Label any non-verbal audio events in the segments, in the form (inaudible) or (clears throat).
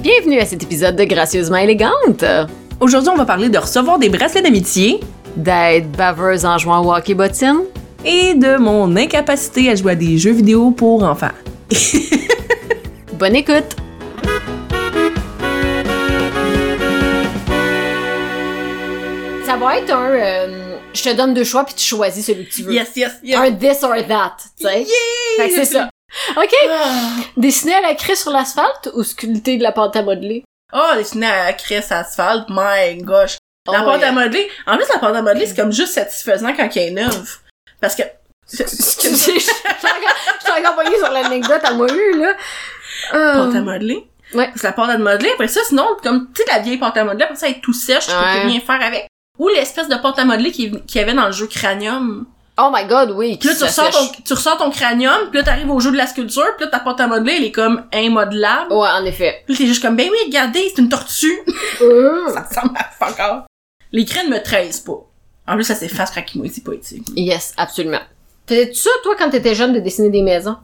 Bienvenue à cet épisode de Gracieusement élégante. Aujourd'hui, on va parler de recevoir des bracelets d'amitié D'être baveuse en jouant au hockey bottine. et de mon incapacité à jouer à des jeux vidéo pour enfants. Bonne écoute. Ça va être un... euh, je te donne deux choix puis tu choisis celui que tu veux. yes, Un this or that, tu sais. Fait que Ah, c'est ça. OK. Ah, Dessiner à la craie sur l'asphalte ou sculpter de la pâte à modeler? Oh, dessiner à Chris Asphalt, my gosh. La Oh, pâte à yeah. (laughs) modeler, en plus, la pâte à modeler, c'est comme juste satisfaisant quand elle est neuve. Parce que... Excusez, je je suis encore pognée sur l'anecdote à moi eu, là. pâte à Euh, modeler. Ouais. C'est la pâte à modeler. Après ça, sinon, comme, tu sais, la vieille pâte à modeler, après ça, elle est tout sèche, tu Ouais. peux plus rien faire avec. Ou l'espèce de pâte à modeler qui- qu'il y avait dans le jeu Cranium. oh my god, oui. Puis là, tu ça ressors, sèche. ton, tu ressors ton cranium, puis là, t'arrives au jeu de la sculpture, puis là, ta pâte à modeler, elle est comme immodelable. Ouais, en effet. Puis là, t'es juste comme, ben oui, regardez, c'est une tortue. (laughs) ça ressemble à fuck all. Les crânes me trahissent pas. En plus, ça s'efface quand ils dit pas, tu sais. Yes, absolument. Faisais-tu ça, toi, quand t'étais jeune, de dessiner des maisons?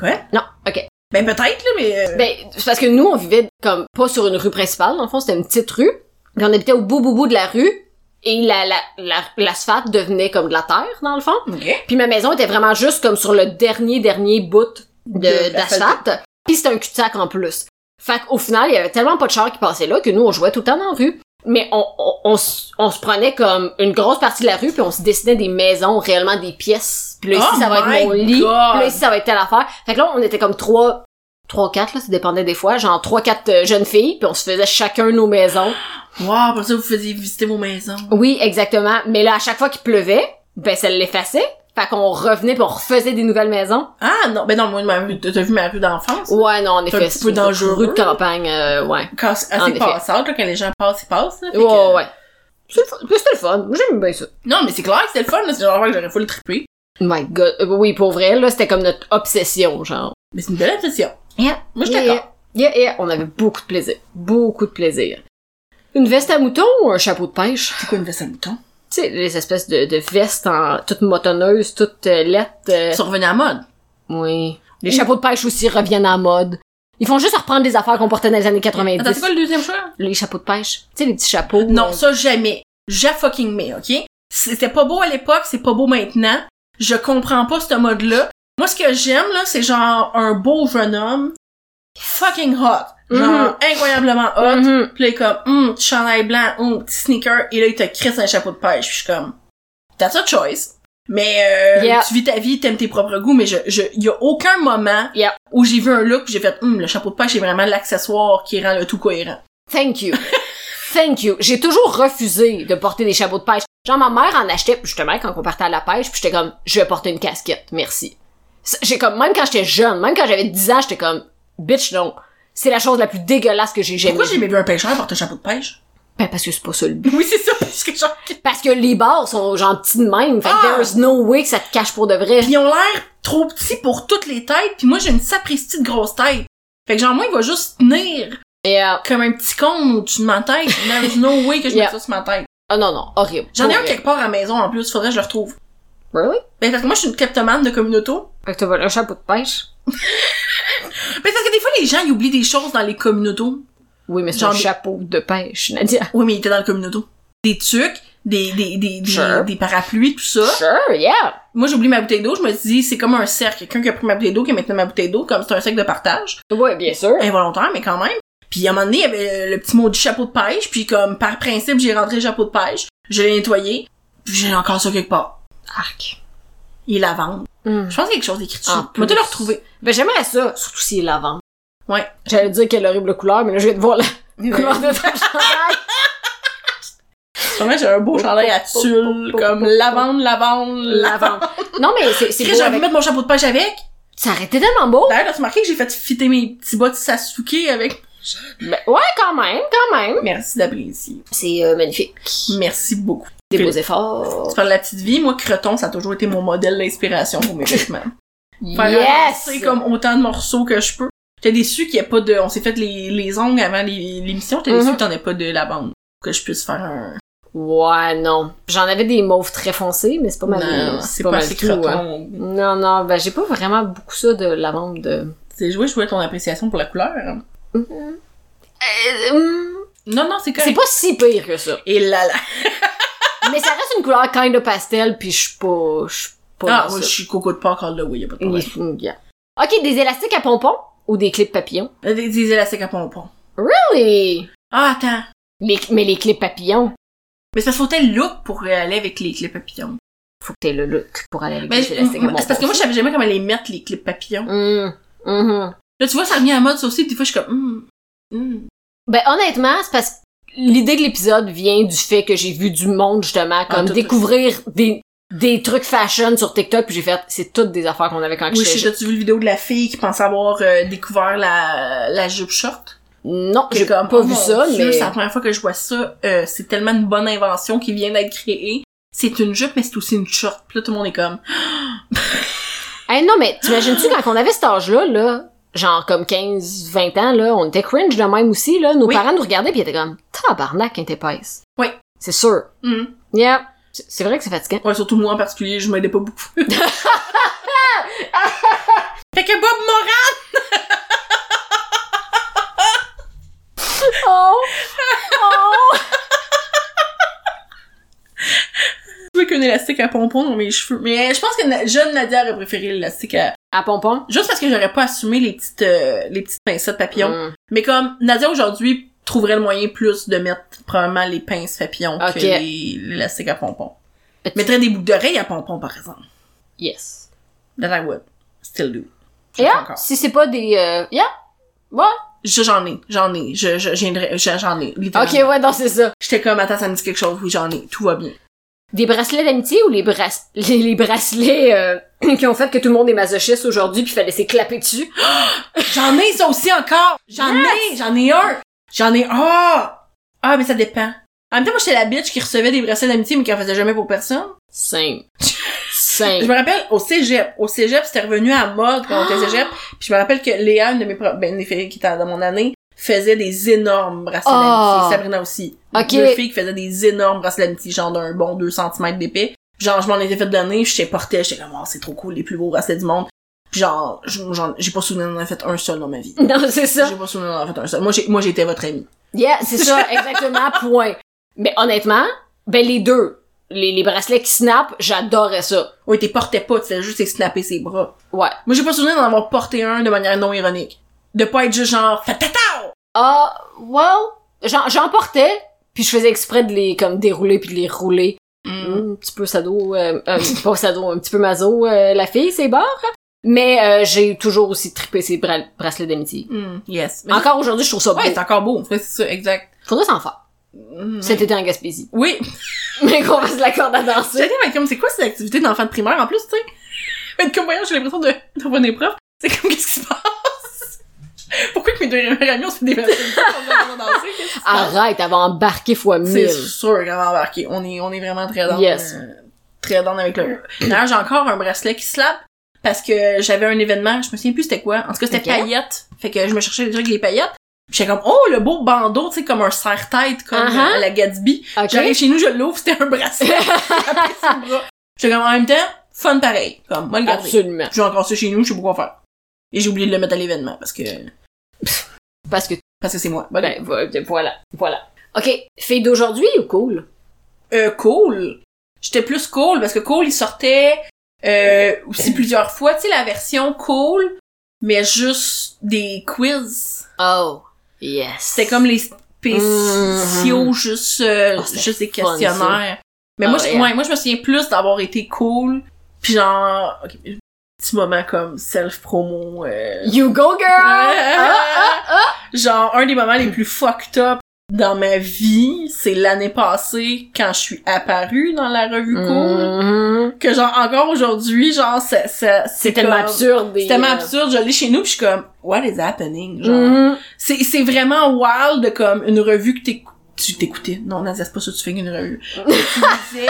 Quoi? Non, ok. Ben peut-être, là, mais... euh, Ben, c'est parce que nous, on vivait comme pas sur une rue principale, dans le fond, c'était une petite rue. Puis on habitait au bout, bout, bout de la rue. Et la, la, la- l'asphalte devenait comme de la terre, dans le fond. ok. Puis ma maison était vraiment juste comme sur le dernier, dernier bout De- de, d'asphalte. Puis c'était un cul-de-sac en plus. Fait qu'au final, il y avait tellement pas de chars qui passaient là que nous, on jouait tout le temps dans la rue. Mais on, on, on s- on se prenait comme une grosse partie de la rue, puis on se dessinait des maisons, réellement des pièces. Puis là, ici, Oh ça va être mon my lit. God! Puis là, ici, ça va être telle affaire. Fait que là, on était comme trois, trois, quatre, là, ça dépendait des fois. Genre trois, quatre euh, jeunes filles, puis on se faisait chacun nos maisons. Wow, pour ça, vous faisiez visiter vos maisons. Oui, exactement. Mais là, à chaque fois qu'il pleuvait, ben, ça l'effaçait. Fait qu'on revenait pis on refaisait des nouvelles maisons. Ah, non, ben non, moi, ma rue- t'as vu ma rue d'enfance? Ouais, non, en C'est un effet. petit peu une dangereux. Rue de campagne, euh, ouais. Quand En assez effet. passante, là, quand les gens passent, ils passent, là. fait Ouais, que- ouais, ouais. C'est le fun. C'était le fun. J'aime bien ça. Non, mais c'est clair que c'était le fun, là. C'est genre que j'aurais full trippé. My god. Euh, Oui, pour vrai, là, c'était comme notre obsession, genre. Mais c'est une belle impression. Moi, je suis Yeah, d'accord. Yeah, yeah, yeah. On avait beaucoup de plaisir. Beaucoup de plaisir. Une veste à mouton ou un chapeau de pêche? C'est quoi une veste à mouton? Tu sais, les espèces de, de vestes en, toutes motonneuses, toutes euh, lettres. euh, Ils sont revenus à la mode. Oui. Les chapeaux de pêche aussi reviennent en mode. Ils font juste reprendre des affaires qu'on portait dans les années 90. Attends, c'est quoi le deuxième choix? Les chapeaux de pêche. Tu sais, les petits chapeaux. Non, euh, ça jamais. J'ai fucking mais, ok? C'était pas beau à l'époque, c'est pas beau maintenant. Je comprends pas ce mode-là. Moi, ce que j'aime, là, c'est genre un beau jeune homme, fucking hot. Genre, Mhm. incroyablement hot. mhm. Puis là, il est comme, hum, petit chandail blanc, hum, petit sneaker. Et là, il te crisse un chapeau de pêche. Puis je suis comme, t'as ta choice. Mais euh, Yeah. tu vis ta vie, t'aimes tes propres goûts, mais je, je, y a aucun moment Yeah. où j'ai vu un look, puis j'ai fait, hum, le chapeau de pêche est vraiment l'accessoire qui rend le tout cohérent. Thank you. Thank you. J'ai toujours refusé de porter des chapeaux de pêche. Genre, ma mère en achetait, justement, quand on partait à la pêche, puis j'étais comme, je vais porter une casquette, merci. C'est- J'ai comme, même quand j'étais jeune, même quand j'avais 10 ans, j'étais comme, bitch, non. C'est la chose la plus dégueulasse que j'ai jamais Pourquoi j'ai vue. jamais vu un pêcheur porter un chapeau de pêche? Ben, parce que c'est pas ça le but. Oui, c'est ça, (laughs) parce que genre, pis Parce que les bars sont genre petits de même, fait que Ah! there's no way que ça te cache pour de vrai. ils ont l'air trop petits pour toutes les têtes, puis moi j'ai une sapristi de grosse tête. Fait que genre, moi, il va juste tenir Et, euh, comme un petit con au-dessus de ma tête. (laughs) There's no way que je Yeah. mette ça sur ma tête. Ah non, non, horrible. J'en ai un Horrible. quelque part à la maison, en plus, faudrait que je le retrouve. Really? Ben, parce que moi, je suis une kleptomane de communauto. Fait que t'as volé un chapeau de pêche? Ben, parce que des fois, les gens, ils oublient des choses dans les communautos. Oui, mais c'est J'en un ai- chapeau de pêche, Nadia. Oui, mais il était dans le communauto. Des tucs, des, des, des, des, Sure. des parapluies, tout ça. Sure, yeah. Moi, j'oublie ma bouteille d'eau, je me dis, c'est comme un cercle. Quelqu'un qui a pris ma bouteille d'eau, qui a maintenant ma bouteille d'eau, comme c'est un cercle de partage. Ouais, bien sûr. involontaire, mais quand même. Puis à un moment donné, il y avait le petit mot du chapeau de pêche, puis comme par principe, j'ai rentré le chapeau de pêche, je l'ai nettoyé, puis j'ai encore ça quelque part. Arc. Il la vendre. Hmm. Je pense qu'il y a quelque chose d'écrit dessus. En Je vais te plus. le retrouver. Ben, j'aimerais ça, surtout s'il est lavant. Ouais. J'allais dire quelle horrible couleur, mais là, je vais te voir la couleur (laughs) Comment- (laughs) de ton chandail. Sûrement, j'ai un beau chandail à tulle, comme lavande, lavande, Lavant. lavande. Non, mais Ah, c'est, c'est Chris, beau j'ai envie de avec... Oh! mettre mon chapeau de pêche avec. Ça aurait été tellement beau. D'ailleurs, t'as remarqué que j'ai fait fitter mes petits bottes Sasuke avec. Ben, ouais, quand même, quand même. Merci d'apprécier. C'est euh, magnifique. Merci beaucoup. Des Puis- beaux efforts. Tu parles de la petite vie, moi, Creton, ça a toujours été mon modèle d'inspiration pour (laughs) mes vêtements. Yes! C'est comme autant de morceaux que je peux. J'étais déçue qu'il n'y ait pas de. On s'est fait les, les ongles avant les- l'émission. J'étais déçue Mhm. que t'en aies pas de la bande. Que je puisse faire un. Ouais, non. J'en avais des mauves très foncés, mais c'est pas mal. Non, c'est pas, mal assez tout, hein. croton. Non, non, ben j'ai pas vraiment beaucoup ça de lavande. De... C'est joué, je voulais ton appréciation pour la couleur. Euh, hum, Non, non, c'est c'est correct. pas si pire que ça. Et là, là. Mais ça reste une couleur kind of pastel, puis je suis pas... Je suis pas Ah, dans moi, ça. je suis coco de porc all the way, y a pas de problème. Il- mm, yeah. Ok, des élastiques à pompons ou des clips papillons? Des, des élastiques à pompons. Really? Ah, attends. Les, mais les clips papillons, Mais c'est parce qu'il faut tel look pour euh, aller avec les clips papillons. faut que t'aies le look pour aller avec Mais les élastiques à m- pompons. c'est parce que moi, je savais jamais comment les mettre, les clips papillons. Mm, mhm. Là, tu vois, ça revient à mode, ça aussi, pis des fois, je suis comme, hmm, hmm. Ben honnêtement, c'est parce que l'idée de l'épisode vient du fait que j'ai vu du monde justement comme Ah, tout- découvrir des des trucs fashion sur TikTok puis j'ai fait c'est toutes des affaires qu'on avait quand Oui, j'étais je t'as-tu vu la vidéo de la fille qui pense avoir euh, découvert la, la jupe short? non Que j'ai comme, pas oh vu mon ça Dieu, mais C'est la première fois que je vois ça. Euh, c'est tellement une bonne invention qui vient d'être créée. C'est une jupe, mais c'est aussi une short. Pis là, tout le monde est comme, Hey, non mais t'imagines-tu quand on avait cet âge là là genre comme 15 20 ans là on était cringe de même aussi là nos Oui. parents nous regardaient puis ils étaient comme tabarnak épaisse. Oui. c'est sûr hmm. yeah C'est- c'est vrai que c'est (laughs) fatigant Ouais, surtout moi en particulier, je m'aidais (laughs) pas beaucoup. (laughs) fait que Bob Moran! oh oh Je veux qu'un élastique à pompons dans mes cheveux. Mais euh, je pense que na- jeune Nadia aurait préféré l'élastique à... à pompon Juste parce que j'aurais pas assumé les petites, euh, les petites pincettes papillons. Hum. Mais comme Nadia aujourd'hui trouverait le moyen plus de mettre probablement les pinces papillons Ok. que les- l'élastique à pompons. Et tu- Mettrais des boucles d'oreilles à pompons par exemple. yes That I would. Still do. Je le fais Yeah, encore. si c'est pas des... Euh, yeah. Ouais. Je- J'en ai, j'en ai, je, je, je viendrai- je- j'en ai, Ok, littéralement. ouais, non, c'est ça. J'étais comme, attends, ça me dit quelque chose, oui, j'en ai, tout va bien. Des bracelets d'amitié ou les, brace- les, les bracelets euh, (clears throat) qui ont fait que tout le monde est masochiste aujourd'hui puis fallait s'éclaper dessus? J'en ai ça aussi encore. J'en ai, j'en ai un. J'en ai Ah! Ah, mais ça dépend. En même temps, moi, j'étais la bitch qui recevait des bracelets d'amitié, mais qui en faisait jamais pour personne. Same. Je Same. me rappelle au cégep. Au cégep, c'était revenu à mode quand on Ah! était au cégep. Puis je me rappelle que Léa, une de mes pro- ben, une des filles qui était dans mon année, faisait des énormes bracelets Ah. d'amitié. Sabrina aussi. Ok. Deux filles qui faisaient des énormes bracelets d'amitié, genre d'un bon 2 cm d'épais. Puis genre, je m'en étais fait donner, je les portais, j'étais comme, oh, c'est trop cool, les plus beaux bracelets du monde. Puis genre, j'en- j'ai pas souvenir d'en avoir fait un seul dans ma vie. Non, c'est ça. J'ai pas souvenir d'en avoir fait un seul. Moi, j'ai, moi, j'étais votre ami. Yeah, c'est (laughs) ça, exactement, point. Mais honnêtement, ben les deux, les, les bracelets qui snap, j'adorais ça. Oui, Oh, t'es portais pas, tu faisais juste snapper ses bras. Ouais. Moi, j'ai pas souvenir d'en avoir porté un de manière non ironique. De pas être juste genre, fatata! Ah, well, j'en j'en portais, puis je faisais exprès de les comme dérouler puis de les rouler. Mm, un petit peu sado, euh, euh, pas sado, un petit peu maso, euh, la fille, c'est barre. Mais euh, j'ai toujours aussi trippé ces bra- bracelets d'amitié. Mm, Yes. Mais- Encore aujourd'hui, je trouve ça beau. ouais, c'est encore beau. Ouais, c'est ça, exact. Faudrait s'en faire. Mm. Cet été en Gaspésie. (laughs) Oui. Mais qu'on fasse de la corde à J'ai danser. dit, mais comme, (laughs) c'est quoi cette activité d'enfant de primaire, en plus, tu sais? (laughs) Mais comme, voyons, j'ai l'impression de, de bonne épreuve. C'est comme, qu'est-ce qui se passe? (laughs) Pourquoi que mes deux meilleurs amis, on se fait des (laughs) versions de danser? Qu'est-ce qui se passe? Arrête, elle va embarquer fois mille. C'est sûr qu'elle va embarquer. On est, on est vraiment très dans. Yes. euh, très dans avec le. D'ailleurs, j'ai encore un bracelet qui slap parce que j'avais un événement, je me souviens plus c'était quoi. En tout cas, c'était Ok. paillettes. Fait que je me cherchais des trucs avec les paillettes. Puis j'étais comme, oh, le beau bandeau, tu sais, comme un serre-tête, comme Uh-huh. euh, à la Gatsby. Ok. J'arrive chez nous, je l'ouvre, c'était (laughs) un bracelet. Après, c'est le bras. J'étais comme, en même temps, fun pareil. Comme, moi, le garder. Absolument. J'ai encore ça chez nous, je sais pas quoi faire. Et j'ai oublié de le mettre à l'événement parce que, Parce que, parce que c'est moi. Bon, ben, vo- voilà, voilà. Ok, fille d'aujourd'hui ou cool? euh, cool. J'étais plus cool parce que cool, il sortait euh, aussi plusieurs fois, tu sais, la version cool, mais juste des quiz. Oh, yes. C'était comme les spéciaux, juste, euh, Oh, c'était juste des fun, ça. questionnaires. Mais Ah moi, je- ouais, hein. ouais, moi, je me souviens plus d'avoir été cool, puis genre, ok, petit moment comme self-promo. euh, You go, girl! Ah, ah, ah. Genre, un des moments les plus fucked up dans ma vie, c'est l'année passée, quand je suis apparue dans la revue Mm. Cool. Mhm. que genre encore aujourd'hui genre ça, ça C'est tellement comme- absurde. et, c'est tellement euh, absurde je l'ai chez nous puis je suis comme what is happening genre mhm. c'est c'est vraiment wild de (laughs) comme une revue que t'éc- tu t'écoutais non Nadia c'est pas ça que tu fais une revue tu lisais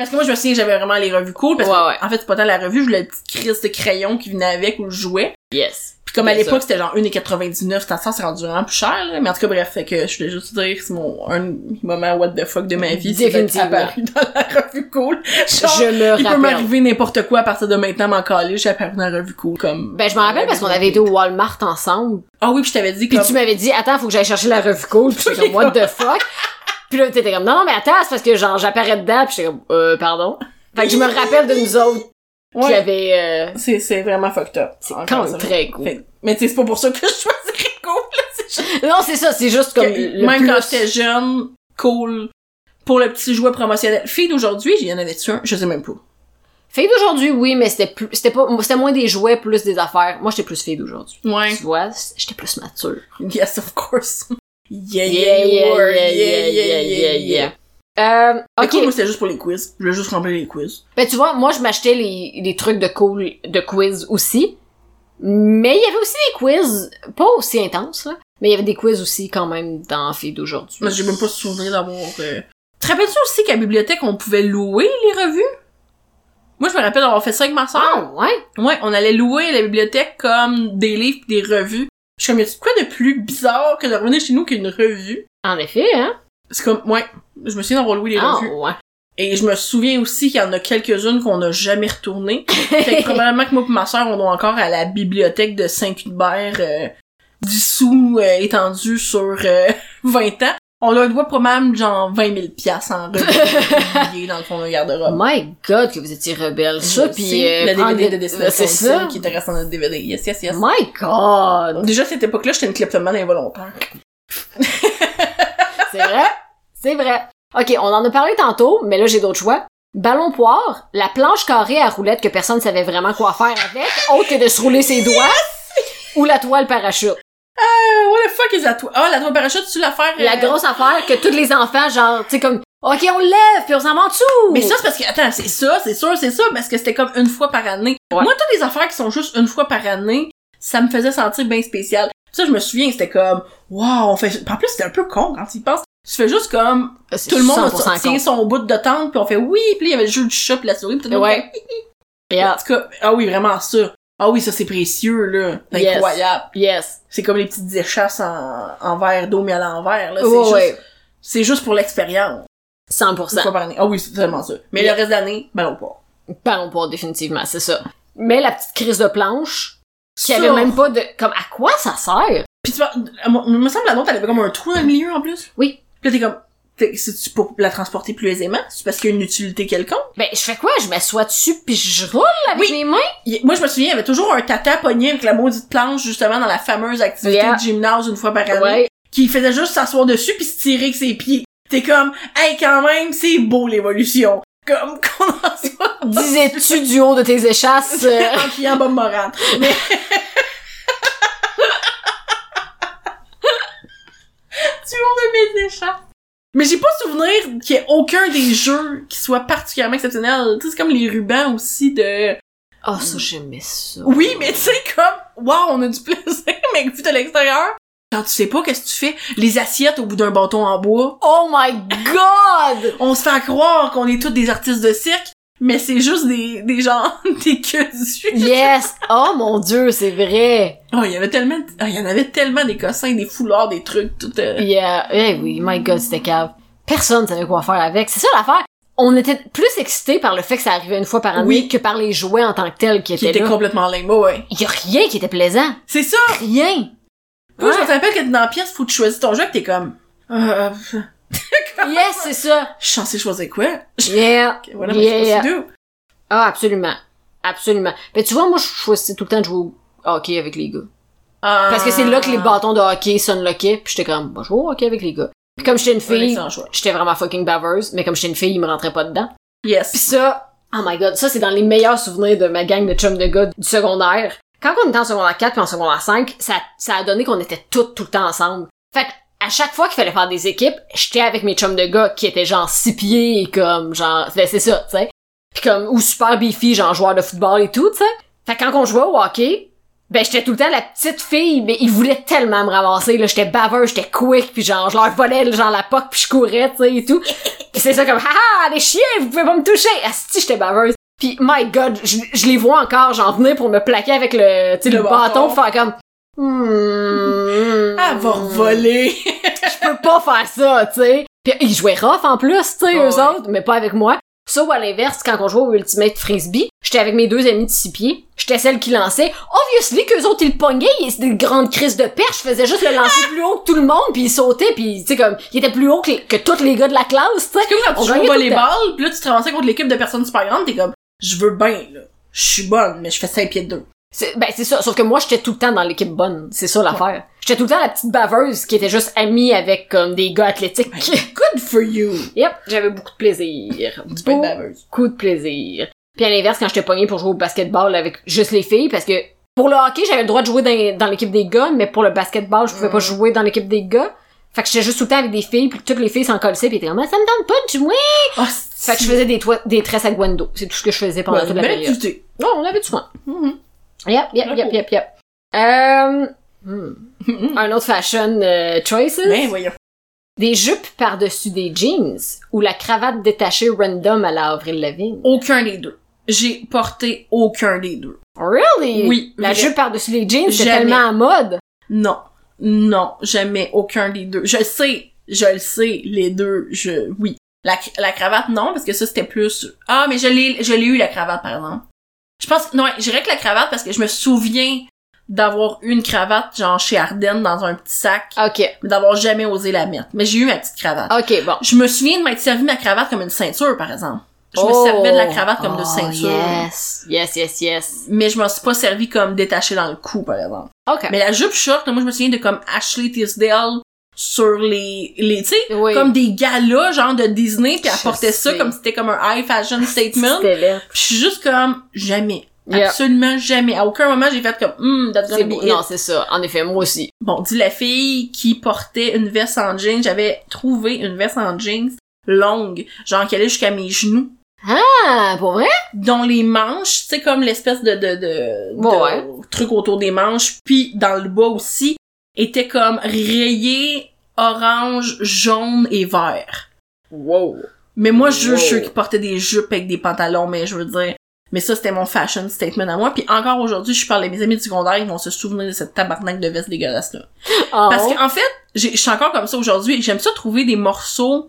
Parce que moi, je me souviens que j'avais vraiment les revues cool, parce Ouais, que, ouais. en fait, c'est pas tant la revue, je voulais le petit crise de crayon qui venait avec ou le jouet. Yes. Puis comme à Bien l'époque, c'était genre 1,99, c'était ça, c'est rendu vraiment plus cher, là. Mais en tout cas, bref, fait que je voulais juste dire que c'est mon, un moment what the fuck de ma vie. c'est d'être Définitivement. apparu dans la revue cool. Genre, Je me il peut rappelle. m'arriver n'importe quoi à partir de maintenant, m'en caler, j'ai apparu dans la revue cool, comme. Ben, je me rappelle parce qu'on avait été au Walmart ensemble. Ah oui, puis je t'avais dit Puis comme. tu m'avais dit, attends, faut que j'aille chercher la revue cool. Puis j'étais comme, what the (laughs) fuck? Puis là, t'étais comme, non, non, mais attends, c'est parce que genre, j'apparais dedans. Puis j'étais comme, euh, pardon. Fait que je me rappelle de nous autres qui Ouais. avait, euh, C'est, c'est vraiment fucked up. c'est Encore, quand ça même fait- très cool. Fait- Mais tu sais, c'est pas pour ça que je choisirais cool, là, c'est juste Non, c'est ça, c'est juste comme que le même plus. quand j'étais jeune, cool. Pour le petit jouet promotionnel. Fille d'aujourd'hui, j'y en avais-tu un? Je sais même pas. Fille d'aujourd'hui, oui, mais c'était plus, c'était pas, c'était moins des jouets, plus des affaires. Moi, j'étais plus fille d'aujourd'hui. Ouais. Tu vois, c- j'étais plus mature. Yes, of course. Yeah, Yeah, yeah, you yeah, were. yeah, yeah, yeah, yeah, yeah. Euh, Ok. ok. moi, c'était juste pour les quiz. Je voulais juste remplir les quiz. Ben, tu vois, moi, je m'achetais les, les trucs de cool, de quiz aussi. Mais il y avait aussi des quiz, pas aussi intenses, là. Mais il y avait des quiz aussi, quand même, dans Fille d'aujourd'hui. Mais j'ai même pas souvenir d'avoir... euh, Te rappelles-tu aussi qu'à la bibliothèque, on pouvait louer les revues? Moi, je me rappelle d'avoir fait ça avec ma soeur. Ah, ouais? Ouais, on allait louer à la bibliothèque comme des livres pis des revues. Je suis comme, y a-tu de quoi de plus bizarre que de revenir chez nous qu'une revue? En effet, hein? C'est comme, ouais, je me souviens d'avoir loué les Ah, revues. ouais. Et je me souviens aussi qu'il y en a quelques-unes qu'on n'a jamais retournées. fait que probablement que moi et ma soeur, on doit encore à la bibliothèque de Saint-Hubert, euh, 10 sous euh, étendue sur euh, (laughs) 20 ans. On leur doit probablement genre 20 000 piastres (laughs) en revues oubliées dans le fond d'un Oh garde-robe. my god, que vous étiez rebelle. Ça, Je pis, sais, euh, le prendre DVD de des- Destination C'est Disney ça? qui te reste dans notre DVD. Yes, yes, yes. My god! Déjà, à cette époque-là, j'étais une kleptomane involontaire. C'est vrai? (laughs) C'est vrai. Ok, on en a parlé tantôt, mais là, j'ai d'autres choix. Ballon poire, la planche carrée à roulettes que personne ne savait vraiment quoi faire avec, autre que de se rouler ses doigts, ou la toile parachute. Euh, what the fuck is that? Ah, la toile parachute, tu l'affaire? La euh, grosse affaire que tous les enfants, genre, tu sais, comme, OK, on le lève, puis on s'en va en dessous. Mais ça, c'est parce que, attends, c'est ça, c'est sûr, c'est ça, parce que c'était comme une fois par année. Ouais. Moi, toutes les affaires qui sont juste une fois par année, ça me faisait sentir bien spécial. Ça, je me souviens, c'était comme, wow, on fait, en plus, c'était un peu con quand tu y penses. Tu fais juste comme, Ah, C'est tout le monde 100% tient con. son bout de tente, puis on fait oui, puis là, il y avait le jeu du chat, puis la souris, puis tout le monde Ouais. était, En Yeah. tout cas, ah oui, vraiment ça. Ah oui, ça, c'est précieux, là. C'est Yes. incroyable. Yes. C'est comme les petites échasses en, en verre d'eau, mais à l'envers, là. C'est Ouais, juste, ouais. c'est juste pour l'expérience. Une 100%. fois par année. Ah oui, c'est tellement ça. Mais Yeah. le reste de l'année, ben, ballon pas. Ballon poire, définitivement, c'est ça. Mais la petite crise de planche, qui Ça. avait même pas de, comme, à quoi ça sert? Puis tu vois, à mon- me semble la nôtre, elle avait comme un trou dans le milieu en plus. Oui. Puis là, t'es comme, t'es- c'est-tu pour la transporter plus aisément? C'est parce qu'il y a une utilité quelconque? Ben, je fais quoi? Je m'assois dessus puis je roule avec Oui. mes mains? Il- Moi, je me souviens, il y avait toujours un tata pogné avec la maudite planche, justement, dans la fameuse activité Yeah. de gymnase une fois par année. Ouais. Qui faisait juste s'asseoir dessus puis se tirer avec ses pieds. T'es comme, hey, quand même, c'est beau l'évolution. Comme, (laughs) qu'on en soit Disais-tu du haut de tes (laughs) échasses? euh, en criant Bob Moran. Mais... (laughs) tu m'en de mes échappes. Mais j'ai pas souvenir qu'il y ait aucun des jeux qui soit particulièrement exceptionnel. Tu sais, c'est comme les rubans aussi de... Oh, Ah, ça, j'aimais ça. Oui, mais tu sais, comme... Waouh, on a du plaisir, (laughs) mais vu de l'extérieur... Quand tu sais pas qu'est-ce que tu fais, les assiettes au bout d'un bâton en bois, Oh my god! on se fait croire qu'on est tous des artistes de cirque, mais c'est juste des, des gens, (laughs) des queues du Yes! Oh mon dieu, c'est vrai! Oh, il y avait tellement, ah, il y en avait tellement des cossins, des foulards, des trucs, tout. euh, Yeah. Eh oui, my god, c'était cave. Personne savait quoi faire avec. C'est ça l'affaire. On était plus excités par le fait que ça arrivait une fois par année Oui. que par les jouets en tant que tels qui qui étaient étaient là. complètement lame. Ouais, ouais. Il y a rien qui était plaisant. C'est ça. Rien. Moi, je Ouais. me rappelle que dans la pièce, faut que tu choisisses ton jeu, que t'es comme, euh, euh, Yes, c'est ça. je suis censée choisir quoi? Yeah. (laughs) Ok, Voilà, mais c'est Euh, Yeah. pas si doux. Ah, absolument. Absolument. Mais tu vois, moi, je choisissais tout le temps de jouer au hockey avec les gars. Ah. Parce que c'est là que les bâtons de hockey sonnent le quai, puis j'étais comme, bah, je joue au hockey avec les gars. Puis comme j'étais une C'est un fille, excellent choix. j'étais vraiment fucking baveuse, mais comme j'étais une fille, ils me rentraient pas dedans. Puis Yes. ça, oh my god, ça c'est dans les meilleurs souvenirs de ma gang de chums de gars du secondaire. Quand on était en secondaire 4 puis en secondaire 5, ça, ça a donné qu'on était toutes tout le temps ensemble. Fait que, à chaque fois qu'il fallait faire des équipes, j'étais avec mes chums de gars qui étaient genre six pieds et comme genre, c'est c'est ça, tu sais. Puis comme, ou super beefy, genre joueur de football et tout, tu sais. Fait que quand on jouait au hockey, Ben, j'étais tout le temps la petite fille, mais ils voulaient tellement me ramasser, là. J'étais baveuse, j'étais quick, puis genre, je leur volais, genre, la poque, puis je courais, tu sais, et (laughs) tout. Puis c'est ça comme, haha, les chiens, vous pouvez pas me toucher! Asti, j'étais baveuse. Puis, my god, je, je les vois encore, j'en venais pour me plaquer avec le, tu sais, le, Le bâton, bâton. pour faire comme, hmm, Ah, Elle va voler. je peux pas faire ça, tu sais. Puis ils jouaient rough en plus, tu sais, Ah eux ouais. autres, mais pas avec moi. Ça, ou à l'inverse, quand on jouait au Ultimate Frisbee, j'étais avec mes deux amis de six pieds, j'étais celle qui lançait. Obviously, qu'eux autres, ils le pognaient, ils- c'était une grande crise de perche, je faisais juste le lancer Ah! plus haut que tout le monde, puis ils sautaient, puis tu sais, comme, ils étaient plus haut que, les- que tous les gars de la classe, tu sais. Comme quand On (laughs) tu joues gagnait au tout le volleyball, pis là, tu te ramassais contre l'équipe de personnes super grandes, t'es comme, je veux bien, là. Je suis bonne, mais je fais 5 pieds de 2. C'est- Ben, c'est ça. Sauf que moi, j'étais tout le temps dans l'équipe bonne. C'est ça l'affaire. J'étais tout le temps la petite baveuse qui était juste amie avec, comme, des gars athlétiques. Ben, (laughs) Good for you. Yep, j'avais beaucoup de plaisir. Tu peux être baveuse. beaucoup de plaisir. Puis à l'inverse, quand j'étais pognée pour jouer au basketball avec juste les filles, parce que pour le hockey, j'avais le droit de jouer dans, dans l'équipe des gars, mais pour le basketball, je pouvais pas Mm. jouer dans l'équipe des gars. Fait que j'étais juste tout le temps avec des filles, puis toutes les filles s'en collaient, puis étaient comme, Ah, ça me tente pas de jouer. Oh, Fait que je faisais des, toi- des tresses à Gwendo. C'est tout ce que je faisais pendant toute la ben, période. Non, on avait du soin. Mhm. Yep, yep, yep, yep, yep. Euh, hmm. Un autre fashion euh, choices. Mais Ben, voyons. Des jupes par-dessus des jeans ou la cravate détachée random à la Avril Lavigne. Aucun des deux. J'ai porté aucun des deux. Really? Oui, La vrai. jupe par-dessus les jeans, c'est Jamais. tellement à mode. Non. Non, jamais aucun des deux. Je sais, je le sais, les deux, je, oui. La, cr- la cravate, non, parce que ça, c'était plus, ah, mais je l'ai, je l'ai eu, la cravate, par exemple. Je pense, que- non, je dirais que la cravate, parce que je me souviens d'avoir eu une cravate, genre, chez Ardennes, dans un petit sac, Ok, mais d'avoir jamais osé la mettre. Mais j'ai eu ma petite cravate. ok, bon. Je me souviens de m'être servi ma cravate comme une ceinture, par exemple. Je me Oh. servais de la cravate comme de Oh, ceinture. Yes, yes, yes, yes. Mais je m'en suis pas servi comme détachée dans le cou, par exemple. Ok. Mais la jupe short, moi, je me souviens de comme Ashley Tisdale sur les, les, tu sais, oui. comme des galas, genre de Disney, puis elle Je portait ça sais. Ah, comme si c'était comme un high fashion statement. C'était laid. Puis je suis juste comme, jamais. Yeah. Absolument jamais. À aucun moment, j'ai fait comme, hum, that's gonna C'est be beau. it. Non, c'est ça. En effet, moi aussi. Bon, dit la fille qui portait une veste en jeans, j'avais trouvé une veste en jeans longue, genre qui allait jusqu'à mes genoux, Ah, pour vrai? dont les manches, tu sais, comme l'espèce de, de, de, Ouais. de truc autour des manches, puis dans le bas aussi, était comme rayé orange, jaune et vert. Wow. Mais moi, je Wow. suis ceux qui portaient des jupes avec des pantalons, mais je veux dire... Mais ça, c'était mon fashion statement à moi. Puis encore aujourd'hui, je parle à mes amis du secondaire, ils vont se souvenir de cette tabarnak de veste dégueulasse-là. (laughs) Ah, Parce oh. qu'en fait, j'ai- je suis encore comme ça aujourd'hui. J'aime ça trouver des morceaux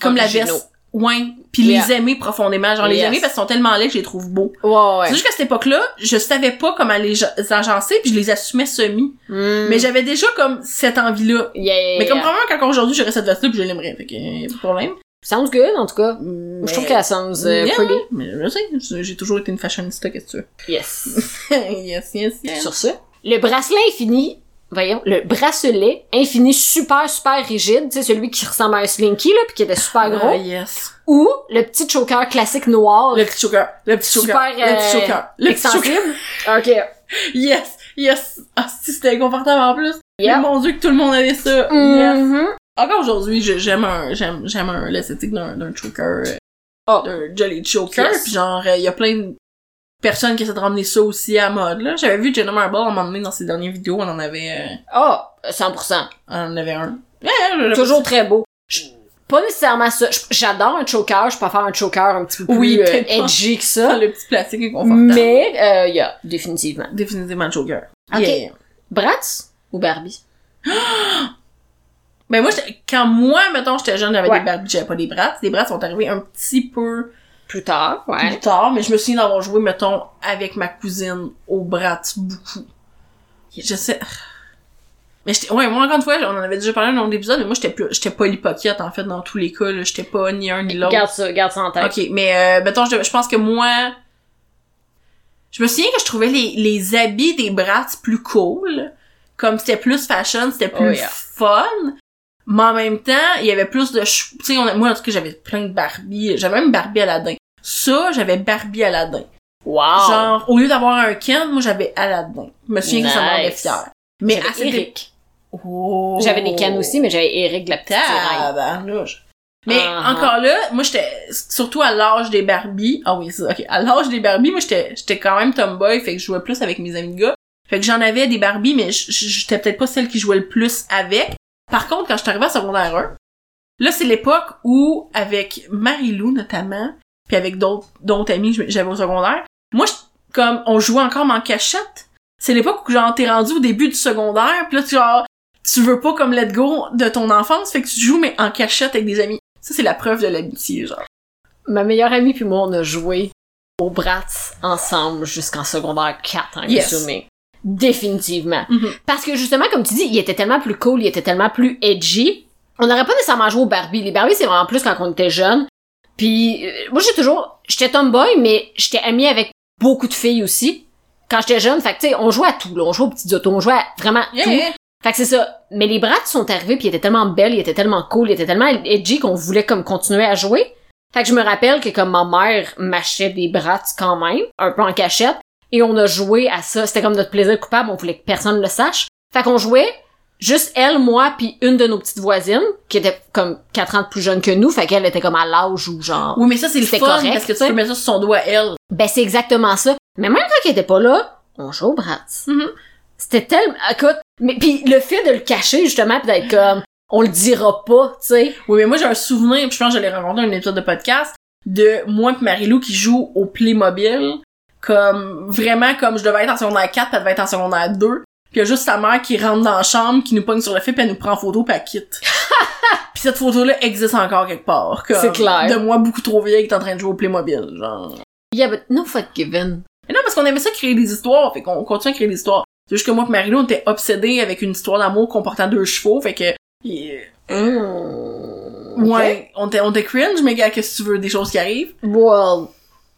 comme la Originaux. veste. Ouais. Puis Yeah. les aimer profondément. Genre les Yes. aimer parce qu'ils sont tellement laids que je les trouve beaux. Ouais, C'est ouais. juste qu'à cette époque-là, je savais pas comment les ja- agencer puis je les assumais semi. Hmm. Mais j'avais déjà comme cette envie-là. Yeah. Mais comme probablement qu'encore aujourd'hui, j'aurais cette veste-là puis je l'aimerais. Fait que euh, y a pas de problème. Sounds good, en tout cas. Mais... Mm, Je trouve qu'elle sounds euh, Yeah. pretty. Mais je sais, je- j'ai toujours été une fashionista, qu'est-ce que Yes. tu veux. (laughs) yes, yes, yes. Sur ce, le bracelet infini, voyons, le bracelet infini super, super rigide, tu sais, celui qui ressemble à un slinky, là, puis qui était super gros, Ah, yes. ou le petit choker classique noir. Le petit choker. Le petit choker. Super, Le petit euh, choker. Le petit choker. extensible. OK. (laughs) Yes, yes. Ah, si c'était inconfortable en plus. Yep. Mais mon dieu que tout le monde avait ça. Yes. Mhm. Encore Ah ben, aujourd'hui, je- j'aime un, j'aime, j'aime un l'esthétique d'un, d'un choker, euh, Ah. d'un jolly choker. Yes. Puis genre, euh, il y a plein de personnes qui essaient de ramener ça aussi à la mode là. J'avais vu Jenna Marble à un moment donné dans ses dernières vidéos, on en avait, euh, Ah, 100%. on en avait un. Ouais, ouais, je- Toujours très beau. Je- Pas nécessairement ça. Je- J'adore un choker, je préfère un choker un petit peu plus Oui, euh, peut-être pas. edgy que dans ça. le petit plastique inconfortable. Mais, euh, yeah, définitivement. Définitivement le choker. Ok. Yeah. Bratz ou Barbie? Ben moi, j'étais- quand moi, mettons, j'étais jeune, j'avais Ouais. des Barbies, j'avais pas des bras. Les bras sont arrivés un petit peu Plus tard, ouais. plus tard, mais je me souviens d'avoir joué, mettons, avec ma cousine au brat beaucoup. Je sais. Mais j'étais, ouais, moi, encore une fois, on en avait déjà parlé dans l'épisode, mais moi, j'étais plus, j'étais pas l'hypocrite, en fait, dans tous les cas, là. J'étais pas ni un ni l'autre. Garde ça, garde ça en tête. Ok, mais, euh, mettons, je, je pense que moi, je me souviens que je trouvais les, les habits des brats plus cool. Comme c'était plus fashion, c'était plus Oh, yeah. fun. Mais en même temps, il y avait plus de... ch- Tu sais, on a- moi, en tout cas, j'avais plein de Barbie. J'avais même Barbie Aladdin. Ça, j'avais Barbie Aladdin. Wow. Genre, au lieu d'avoir un Ken, moi, j'avais Aladdin. Je me souviens que ça me rendait Nice. fière. Mais à j'avais cette époque- Eric. Oh. J'avais ah, des cannes aussi, mais j'avais Eric de la petite sirène. Tabarnouche. Mais Ah, encore là, moi j'étais surtout à l'âge des Barbies. Ah oui, c'est OK, à l'âge des Barbies, moi j'étais j'étais quand même tomboy, fait que je jouais plus avec mes amis de gars. Fait que j'en avais des Barbie, mais j- j- j'étais peut-être pas celle qui jouait le plus avec. Par contre, quand je suis arrivée à secondaire 1, là, c'est l'époque où, avec Marie-Lou notamment, puis avec d'autres d'autres amis que j'avais au secondaire, moi, je- comme, on jouait encore en cachette. C'est l'époque où, genre, t'es rendu au début du secondaire, puis là, tu, genre, tu veux pas comme let go de ton enfance, fait que tu joues, mais en cachette avec des amis. Ça, c'est la preuve de l'amitié, genre. Ma meilleure amie puis moi, on a joué au Bratz ensemble jusqu'en secondaire 4, en Yes. résumé. Définitivement. Mhm. Parce que justement, comme tu dis, il était tellement plus cool, il était tellement plus edgy. On n'aurait pas nécessairement joué aux Barbie. Les Barbie, c'est vraiment plus quand on était jeune. Puis, euh, moi, j'ai toujours... J'étais tomboy, mais j'étais amie avec beaucoup de filles aussi. Quand j'étais jeune, fait que, tu sais, on jouait à tout, là. On jouait aux petites autos, on jouait à vraiment tout. Yeah. Fait que c'est ça. Mais les brats sont arrivés puis ils étaient tellement belles, ils étaient tellement cool, ils étaient tellement edgy qu'on voulait comme continuer à jouer. Fait que je me rappelle que comme ma mère m'achetait des brats quand même, un peu en cachette, et on a joué à ça. C'était comme notre plaisir coupable, on voulait que personne le sache. Fait qu'on jouait juste elle, moi, puis une de nos petites voisines, qui était comme quatre ans de plus jeune que nous, fait qu'elle était comme à l'âge ou genre... Oui, mais ça, c'est le C'était fun, correct, parce que tu tu sais. peux mettre ça sur son doigt, elle. Ben c'est exactement ça. Mais même quand elle était pas là, on jouait aux brats. Mhm. C'était tellement... Écoute, mais puis le fait de le cacher justement, puis d'être comme... On le dira pas, tu sais. Oui, mais moi, j'ai un souvenir, puis je pense que je l'ai rencontré dans un épisode de podcast, de moi et Marie-Lou qui joue au Playmobil. Comme, vraiment, comme je devais être en secondaire 4, puis elle devait être en secondaire 2. Puis il y a juste sa mère qui rentre dans la chambre, qui nous pogne sur le fait, puis elle nous prend en photo, puis elle (laughs) quitte. puis cette photo-là existe encore quelque part. comme, C'est clair. De moi, beaucoup trop vieille, qui est en train de jouer au Playmobil, genre. Yeah, but no fuck given. Mais non, parce qu'on aimait ça créer des histoires, fait qu'on continue à créer des histoires. C'est juste que moi et Marie-Lou, on était obsédés avec une histoire d'amour comportant deux chevaux, fait que... Yeah. Ouais. Mm. Ouais, on était, on était cringe, mais gars, qu'est-ce que tu veux, des choses qui arrivent, Well,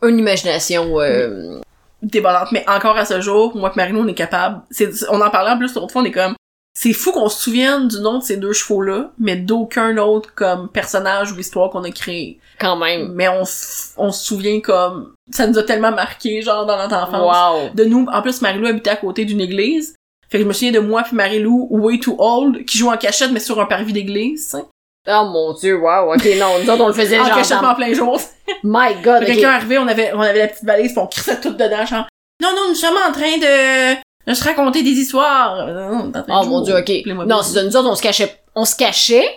une imagination... euh, déballantes, mais encore à ce jour, moi et Marino, on est capable, c'est, on en parlait en plus l'autre fois, on est comme, c'est fou qu'on se souvienne du nom de ces deux chevaux-là, mais d'aucun autre, comme, personnage ou histoire qu'on a créé. Quand même. Mais on, s- on se souvient comme, ça nous a tellement marqué, genre, dans notre enfance. Wow. de nous. En plus, Marie-Lou habitait à côté d'une église. Fait que je me souviens de moi puis Marie-Lou, way too old, qui joue en cachette, mais sur un parvis d'église. tu sais. Oh mon dieu, wow. Ok, non, nous autres, on le faisait En genre... cachette mais (laughs) dans- en plein jour. My god, Fait que ok. Quelqu'un arrivait, on avait, on avait la petite valise, pis on crissait tout dedans, genre, non, non, nous sommes en train de, de se raconter des histoires. Non, non, on est en train de Oh jouer mon dieu, au ok. Playmobil. Non, c'est ça, nous autres, on se cachait, on se cachait,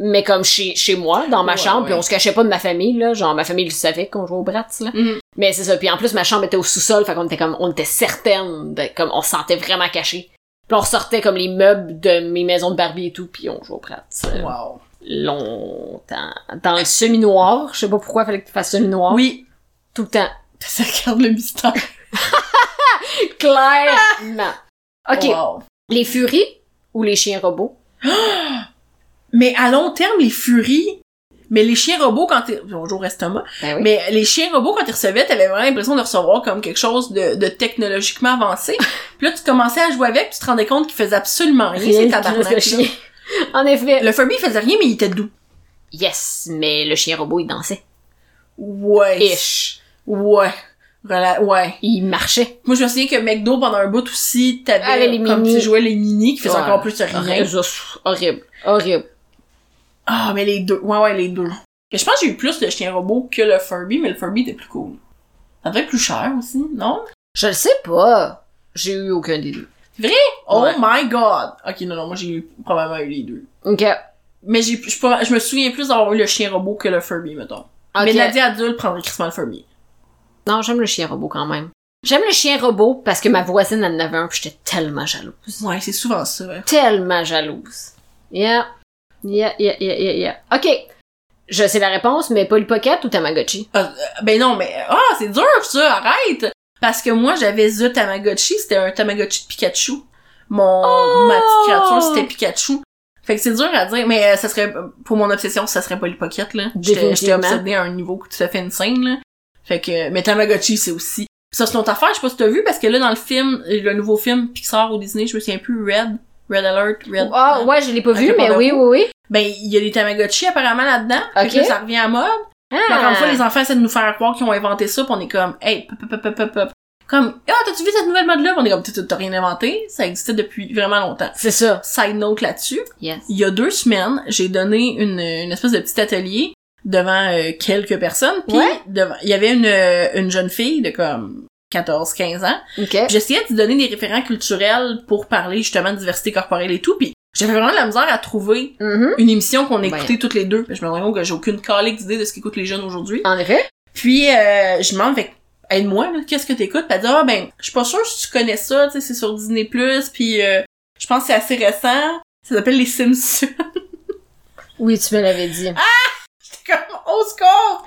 mais comme chez, chez moi, dans ma Ouais, chambre, ouais. puis on se cachait pas de ma famille, là. Genre, ma famille le savait qu'on jouait au brats, là. Mhm. Mais c'est ça. Puis en plus, ma chambre était au sous-sol, fait qu'on était comme, on était certaines, de- comme, on se sentait vraiment caché. Puis on sortait comme les meubles de mes maisons de Barbie et tout, puis on jouait au brats. euh, Wow. Longtemps. Dans le semi-noir, je sais pas pourquoi il fallait que tu fasses semi-noir. Oui. Tout le temps. (laughs) Ça regarde le mystère. Clairement. Ok. Ah! Oh, Wow. Les furies ou les chiens robots? Mais à long terme, les furies, mais les chiens robots quand t'es, bonjour estomac, Ben oui. Mais les chiens robots, quand ils recevaient, t'avais vraiment l'impression de recevoir comme quelque chose de, de technologiquement (laughs) avancé. puis là, tu commençais à jouer avec, puis tu te rendais compte qu'ils faisaient absolument rien, Rien ces de plus que tabarnak chien. (laughs) En effet. Le Furby, il faisait rien, mais il était doux. Yes, mais le chien robot, il dansait. Ouais. Ish. Ouais. Rela- ouais. Il marchait. Moi, je me souviens que McDo, pendant un bout aussi, t'avais, Avec Ah, les comme mini. tu jouais les mini, qui faisaient Ouais. encore plus de rien. Horrible. Ouf, Horrible. Horrible. Ah, mais les deux. Ouais, ouais, les deux. Et je pense que j'ai eu plus de chiens robots que le Furby, mais le Furby était plus cool. Ça devait être plus cher aussi, non? Je le sais pas. J'ai eu aucun des deux. Oh Ouais. my god! Ok, non, non, moi, j'ai eu- probablement eu les deux. Ok. Mais j'ai, je, pourrais- je me souviens plus d'avoir eu le chien robot que le Furby, mettons. Ok. Mais Nadia adulte prendrait crissement le Furby. Non, j'aime le chien robot quand même. J'aime le chien robot parce que ma voisine, elle en avait un, puis j'étais tellement jalouse. Ouais, c'est souvent ça. hein. Tellement jalouse. Yeah. Yeah, yeah, yeah, yeah, yeah. Ok. Je sais la réponse, mais Polypocket ou Tamagotchi? Ah, euh, ben non, mais ah, c'est dur ça, arrête. Parce que moi, j'avais The Tamagotchi, c'était un Tamagotchi de Pikachu. Mon Oh! ma petite créature, c'était Pikachu. Fait que c'est dur à dire, mais euh, ça serait pour mon obsession, ça serait pas le pocket là. J'étais j'étais Définitivement. obsédée à un niveau tout à fait insane là. Fait que mais Tamagotchi, c'est aussi. Puis ça c'est notre affaire, je sais pas si t'as vu parce que là dans le film, le nouveau film Pixar ou Disney, je me souviens plus Red, Red Alert, Red. Ah, ouais, je l'ai pas vu, Avec le mais panda oui, oui, oui. Ben, il y a des Tamagotchi apparemment là-dedans. Fait que Ok. là, ça revient à mode. Puis Ah! Encore une fois, les enfants essaient de nous faire croire qu'ils ont inventé ça, pis on est comme, hey, pop, pop, pop, pop, pop. Comme, ah, t'as-tu vu cette nouvelle mode-là? Puis On est comme, T'as- t'as rien inventé, ça existait depuis vraiment longtemps. C'est ça. Side note là-dessus, Yes. il y a deux semaines, j'ai donné une, une espèce de petit atelier devant euh, quelques personnes, puis Ouais. devant- il y avait une, euh, une jeune fille de comme 14, 15 ans. OK. J'essayais de donner des référents culturels pour parler justement de diversité corporelle et tout, puis j'avais vraiment de la misère à trouver Mhm. une émission qu'on Ben. écoutait toutes les deux. Je me rends compte que j'ai aucune calique d'idée de ce qu'écoutent les jeunes aujourd'hui. En effet. Puis euh, je demande fait aide-moi là, qu'est-ce que t'écoutes? Puis elle dit ah ben je suis pas sûre si tu connais ça, tu sais c'est sur Disney Plus, puis euh, je pense que c'est assez récent. Ça s'appelle les Simpsons. (laughs) Oui, tu me l'avais dit. J'étais comme au secours.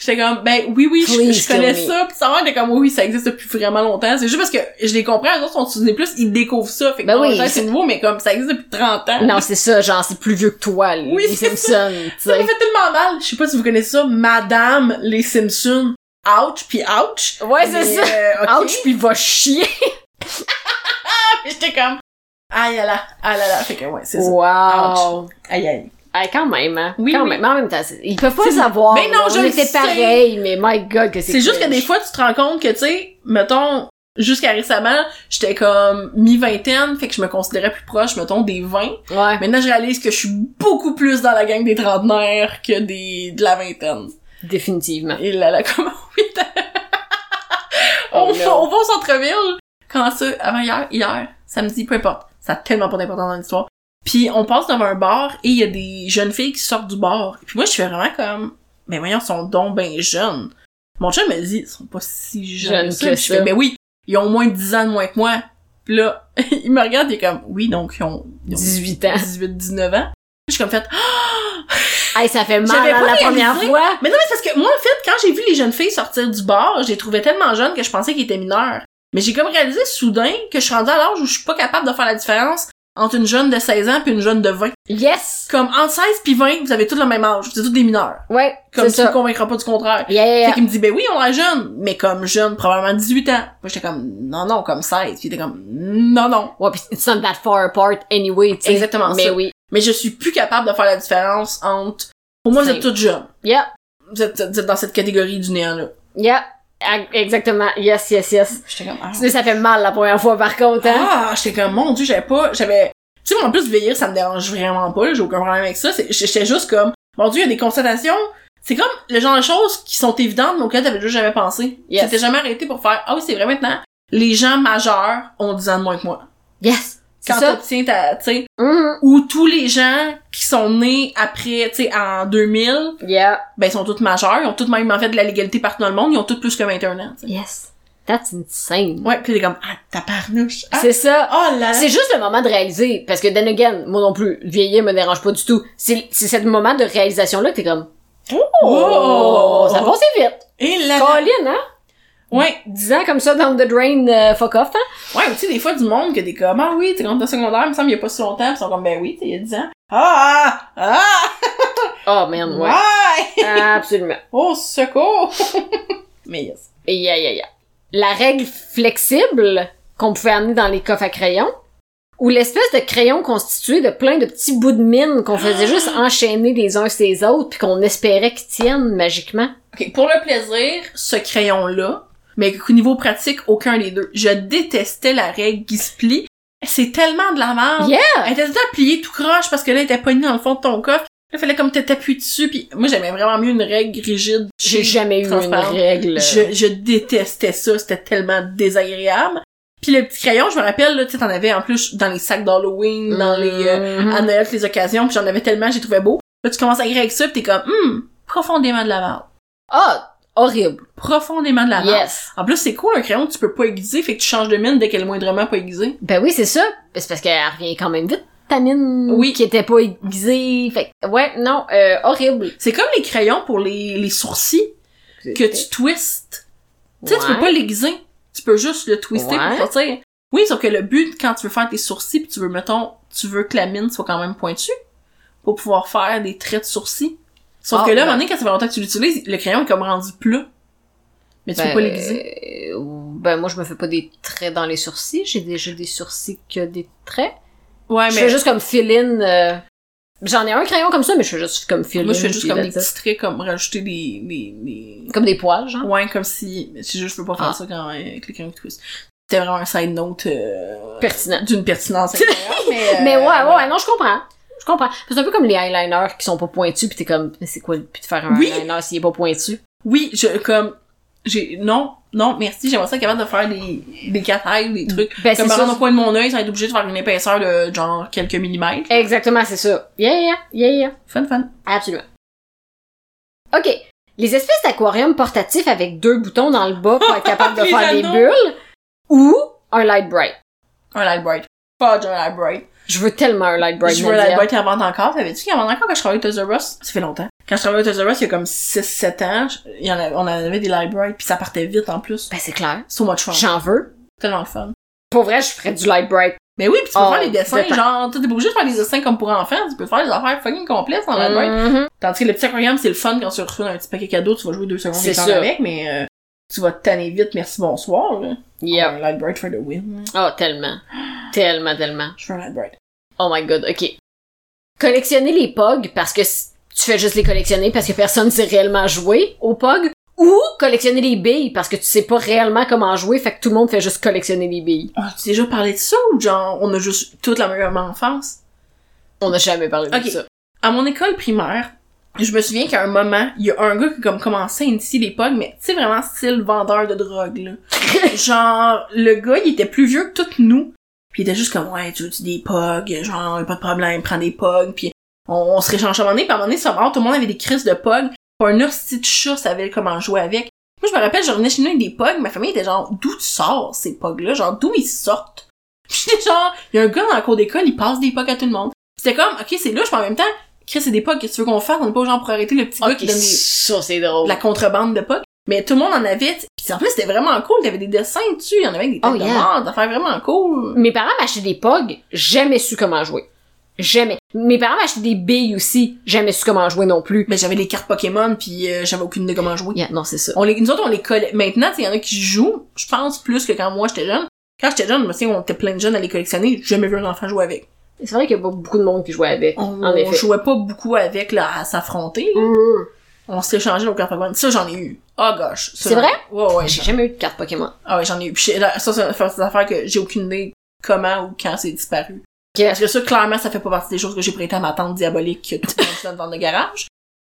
J'étais comme ben oui oui je, Please je connais kill me. ça. Puis ça a l'air de comme oui ça existe depuis vraiment longtemps. C'est juste parce que je les comprends. Les autres sont sur Disney Plus, ils découvrent ça. Fait que Ben dans oui, leur tête, c'est c'est- nouveau mais comme ça existe depuis 30 ans. Non, c'est ça, genre, c'est plus vieux que toi, les Oui, c'est Simpsons, tu Ça me sais. fait tellement mal. Je sais pas si vous connaissez ça, Madame les Simpsons. Ouch puis ouch. Ouais, c'est Mais, ça. euh, ok. Ouch, puis va chier. Puis j'étais comme aïe là là, aïe là là fait que ouais c'est ça Wow. aïe aïe Ah, quand même, hein. Oui, quand oui. même. Mais en même temps, c'est- ils peuvent pas C'est- le savoir. Mais non, là. je On le était sais. pareil, mais my god, que c'est c'est juste que des cringe. fois tu te rends compte que tu sais mettons jusqu'à récemment j'étais comme mi vingtaine fait que je me considérais plus proche mettons des 20 Ouais. maintenant je réalise que je suis beaucoup plus dans la gang des trentenaires que des de la vingtaine Définitivement. et là là comment oui on, Oh non. on va au centre-ville quand ça avant hier hier samedi peu importe ça a tellement pas d'importance dans l'histoire puis on passe devant un bar et il y a des jeunes filles qui sortent du bar puis moi je suis vraiment comme mais voyons ils sont donc ben jeunes mon chum me dit ils sont pas si Jeunes jeunes que ça. que Puis je ça. fais ben oui ils ont au moins 10 ans de moins que moi puis là (laughs) il me regarde il est comme oui donc ils ont, ils ont 18 (laughs) ans. 18 19 ans je suis comme fait Hey, ça fait mal, J'avais hein, pas la première réalisé. fois. mais non, mais c'est parce que moi, en fait, quand j'ai vu les jeunes filles sortir du bar, j'ai trouvé tellement jeune que je pensais qu'ils étaient mineurs. Mais j'ai comme réalisé soudain que je suis rendue à l'âge où je suis pas capable de faire la différence entre une jeune de 16 ans puis une jeune de 20. Yes! Comme entre 16 puis 20, vous avez tous le même âge, vous êtes tous des mineurs. Ouais, Comme c'est tu me ça. convaincras pas du contraire. Yeah, yeah, Fait yeah. qu'il me dit, ben oui, on est jeune, mais comme jeune, probablement 18 ans. Moi, j'étais comme, non, non, comme 16. Puis il était comme, non, non. Ouais, pis it's not that far apart anyway, tu sais. Exactement Mais ça. oui. Mais je suis plus capable de faire la différence entre, pour moi, vous êtes Same. toutes jeunes. Yep, Vous êtes, vous êtes dans cette catégorie du néant, là. yep. Ah, Exactement. Yes, yes, yes. J'étais comme, ah, Mais ça fait mal la première fois, par contre, hein. Ah, j'étais comme, mon dieu, j'avais pas, j'avais, tu sais, moi, en plus, vieillir, ça me dérange vraiment pas, là, j'ai aucun problème avec ça, C'est- j'étais juste comme, mon dieu, il y a des constatations, c'est comme le genre de choses qui sont évidentes, mais auxquelles t'avais déjà jamais pensé. Yes. T'étais jamais arrêté pour faire, ah oui, c'est vrai, maintenant, les gens majeurs ont 10 ans de moins que moi. Yes. C'est Quand ça. t'obtiens ta, tu sais, Mhm. ou tous les gens qui sont nés après, tu sais, en 2000, Yeah. ben, ils sont tous majeurs, ils ont tous même, en fait, de la légalité partout dans le monde, ils ont tous plus que 21 ans, tu sais. Yes. That's insane. Ouais, pis t'es comme, ah, ta parnouche. Ah, C'est ça. oh là là. C'est juste le moment de réaliser, parce que then again, moi non plus, vieillir me dérange pas du tout. C'est c'est ce moment de réalisation-là que t'es comme, oh, ça a passé vite. Et là, là. Colin, hein? Ouais. 10 ans comme ça dans the drain, euh, fuck off, hein? Ouais, ou tu sais, des fois, du monde que des comme, ah oui, t'es comme au secondaire, il me semble, il y a pas si longtemps, pis ils sont comme, ben oui, t'es il y a 10 ans. Ah, ah, Oh ah, man, ouais. ouais. Absolument. Oh, secours. (laughs) Mais yes. Et ya, ya, ya. La règle flexible qu'on pouvait amener dans les coffres à crayons, ou l'espèce de crayon constitué de plein de petits bouts de mine qu'on faisait juste Ah! enchaîner les uns sur les autres puis qu'on espérait qu'ils tiennent magiquement. Ok, pour le plaisir, ce crayon-là, mais qu'au niveau pratique, aucun des deux. Je détestais la règle qui se plie. C'est tellement de la merde. Yeah! Elle était tout le temps pliée tout croche parce que là, elle était pognée dans le fond de ton coffre. Là, fallait comme t'appuies dessus, pis moi, j'aimais vraiment mieux une règle rigide. J'ai jamais eu une transparente. règle. Je, je détestais ça, c'était tellement désagréable. Puis le petit crayon, je me rappelle, là, tu sais, t'en avais en plus dans les sacs d'Halloween, dans les... euh, Mhm. à Noël, toutes les occasions, puis j'en avais tellement, j'ai trouvé beau. Là, tu commences à écrire avec ça, pis t'es comme, hum, profondément de la merde. Ah, horrible. Profondément de la merde. yes. En plus, c'est cool, un crayon que tu peux pas aiguiser, fait que tu changes de mine dès qu'elle est moindrement pas aiguisée. Ben oui, c'est ça. Ben, C'est parce qu'elle revient quand même vite, ta mine. Oui. Qui était pas aiguisée. Fait que, ouais, non, euh, horrible. C'est comme les crayons pour les, les sourcils, que tu twistes. Tu sais, tu peux Ouais. pas l'aiguiser. Tu peux juste le twister Ouais. pour sortir. Oui, sauf que le but, quand tu veux faire tes sourcils, puis tu veux, mettons, tu veux que la mine soit quand même pointue, pour pouvoir faire des traits de sourcils. Sauf Ah, que là, à ouais. un moment donné, quand ça fait longtemps que tu l'utilises, le crayon est comme rendu plat. Mais tu peux Ben, pas l'aiguiser. euh, ben moi, je me fais pas des traits dans les sourcils. J'ai déjà des sourcils que des traits. Ouais, je mais fais juste comme fill-in. euh, J'en ai un crayon comme ça, mais je fais juste comme fill-in. moi, je fais juste puis comme des that's it. petits traits, comme rajouter des, des, des- Comme des poils, genre. Ouais, comme si... mais C'est juste, je peux pas faire Ah. ça quand, euh, avec le crayon qui twist. C'était vraiment un side note euh, Pertinent. (laughs) d'une pertinence incroyable, mais... euh, Mais ouais, ouais, ouais, non, je comprends. Je comprends. C'est un peu comme les eyeliners qui sont pas pointus, pis t'es comme, mais c'est quoi le but de faire un Oui. eyeliner s'il est pas pointu? Oui, je comme j'ai, non, non, merci, j'aimerais ça être capable de faire des, des catailles ou des trucs. Ben, Comme c'est par ça. exemple, au coin de mon œil, ça va être obligé de faire une épaisseur de genre quelques millimètres. Exactement, c'est ça. Yeah, yeah, yeah, yeah. Fun, fun. Absolument. OK. Les espèces d'aquariums portatifs avec deux boutons dans le bas pour être capable de (laughs) Les faire des anneaux. bulles ou un light bright. Un light bright. Fudge, un light bright. Je veux tellement un light bright. Je veux Nadia. la boîte qui en vend encore. T'avais-tu qu'il en vend encore quand je travaillais au Toys R Us? Ça fait longtemps. Quand je travaillais au Toys R Us, il y a comme 6-7 ans, je- il y en avait- on en avait des light bright, puis ça partait vite en plus. Ben, c'est clair. So much fun. J'en veux. Tellement le fun. Pour vrai, je ferais du light bright. Mais oui, puis tu peux Oh, faire les dessins, dépend. genre, tu t'es pas obligé de faire des dessins comme pour enfants, tu peux faire des affaires fucking complexes en light bright. Mhm. Tandis que le petit aquarium, c'est le fun quand tu reçois un petit paquet cadeau, tu vas jouer deux secondes C'est et t'en ça. avec, mais euh, tu vas te tanner vite, merci, bonsoir. Là. Yep. Un light bright for the win. Oh, tellement. Tellement, tellement. Je veux un light bright. Oh my god, ok. Collectionner les POG parce que c- tu fais juste les collectionner parce que personne sait réellement jouer aux POG. Ou collectionner les billes parce que tu sais pas réellement comment jouer, fait que tout le monde fait juste collectionner les billes. Ah, tu as déjà parlé de ça ou genre, on a juste toute la même enfance? On n'a jamais parlé de Ok. ça. À mon école primaire, je me souviens qu'à un moment, il y a un gars qui a comme commencé à initier les pogs, mais tu sais vraiment style vendeur de drogue, là. (laughs) genre, le gars, il était plus vieux que toutes nous. Puis il était juste comme, ouais, tu veux-tu des pogs? Genre, y a pas de problème, prends des pogs. Puis on, on se réchangeait à un moment donné, puis à un moment donné, ça marrant, tout le monde avait des crises de pogs. Puis un hostie de chat savait comment jouer avec. Moi, je me rappelle, je revenais chez nous avec des pogs, ma famille était genre, d'où tu sors ces pogs-là? Genre, d'où ils sortent? (laughs) Puis j'étais genre, il y a un gars dans la cour d'école, il passe des pogs à tout le monde. C'était comme, ok, c'est louche, mais en même temps, Chris, c'est des pogs, qu'est-ce que tu veux qu'on fasse? On n'est pas aux gens pour arrêter le petit gars qui Ok, donne des ça c'est drôle. la contrebande de pocs. Mais tout le monde en avait. t- Puis en plus, c'était vraiment cool. Il y avait des dessins dessus. Il y en avait avec des têtes Oh, yeah. de mort. D'affaires vraiment cool. Mes parents m'achetaient des POG, jamais su comment jouer. Jamais. Mes parents m'achetaient des billes aussi, jamais su comment jouer non plus. Mais j'avais les cartes Pokémon. Puis euh, j'avais aucune idée comment jouer. Yeah, non, c'est ça. On les, nous autres, on les collait. Maintenant, tu sais, il y en a qui jouent. Je pense plus que quand moi, j'étais jeune. Quand j'étais jeune, je me souviens, on était plein de jeunes à les collectionner. J'ai jamais vu un enfant jouer avec. C'est vrai qu'il y a pas beaucoup de monde qui jouait avec. On, en effet. jouait pas beaucoup avec, là, à s'affronter. là. Mmh. On s'échangeait nos cartes Pokémon. Ça, j'en ai eu. Oh gosh. Ça, C'est j'en ai- vrai? Ouais, ouais. J'ai j'en- jamais eu de carte Pokémon. Ah ouais, j'en ai eu. Puis j'ai- là, ça, c'est une affaire que j'ai aucune idée comment ou quand c'est disparu. Parce que ça, clairement, ça fait pas partie des choses que j'ai prêtées à ma tante diabolique qui a tout dans une vente de garage.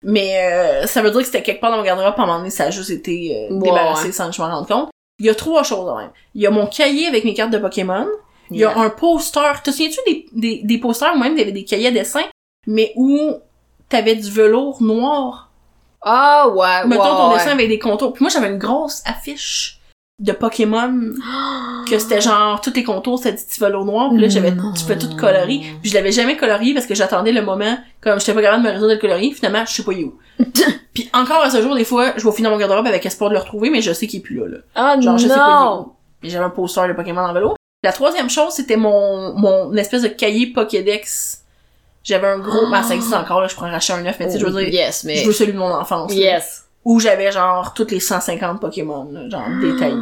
Mais euh, ça veut dire que c'était quelque part dans mon garde-robe, puis à un moment donné, ça a juste été euh, Ouais, débarrassé sans que je m'en rende compte. Il y a trois choses, quand même. Il y a mon cahier avec mes cartes de Pokémon. Il y a un poster. Te souviens-tu des, des, des posters ou même il y avait des cahiers à dessin, mais où t'avais du velours noir? Ah ouais, Mettons ouais, ton ouais. dessin avec des contours. Puis moi, j'avais une grosse affiche de Pokémon que c'était genre tous les contours c'était du petit velours noir puis là j'avais Ah. Non. tu peux tout colorer puis je l'avais jamais colorié parce que j'attendais le moment comme j'étais pas capable de me résoudre de le colorier finalement je sais pas il est (laughs) où puis encore à ce jour des fois je vais au fond de mon garde-robe avec espoir de le retrouver mais je sais qu'il est plus là, là. Ah genre non! je sais pas il est où mais j'avais un poster de Pokémon dans le vélo la troisième chose c'était mon mon espèce de cahier Pokédex j'avais un gros bah ça existe encore là je pourrais en racheter un neuf mais tu sais je veux dire Oh, Yes, mais... je veux celui de mon enfance là. Yes. où j'avais genre toutes les 150 Pokémon là, genre détaillés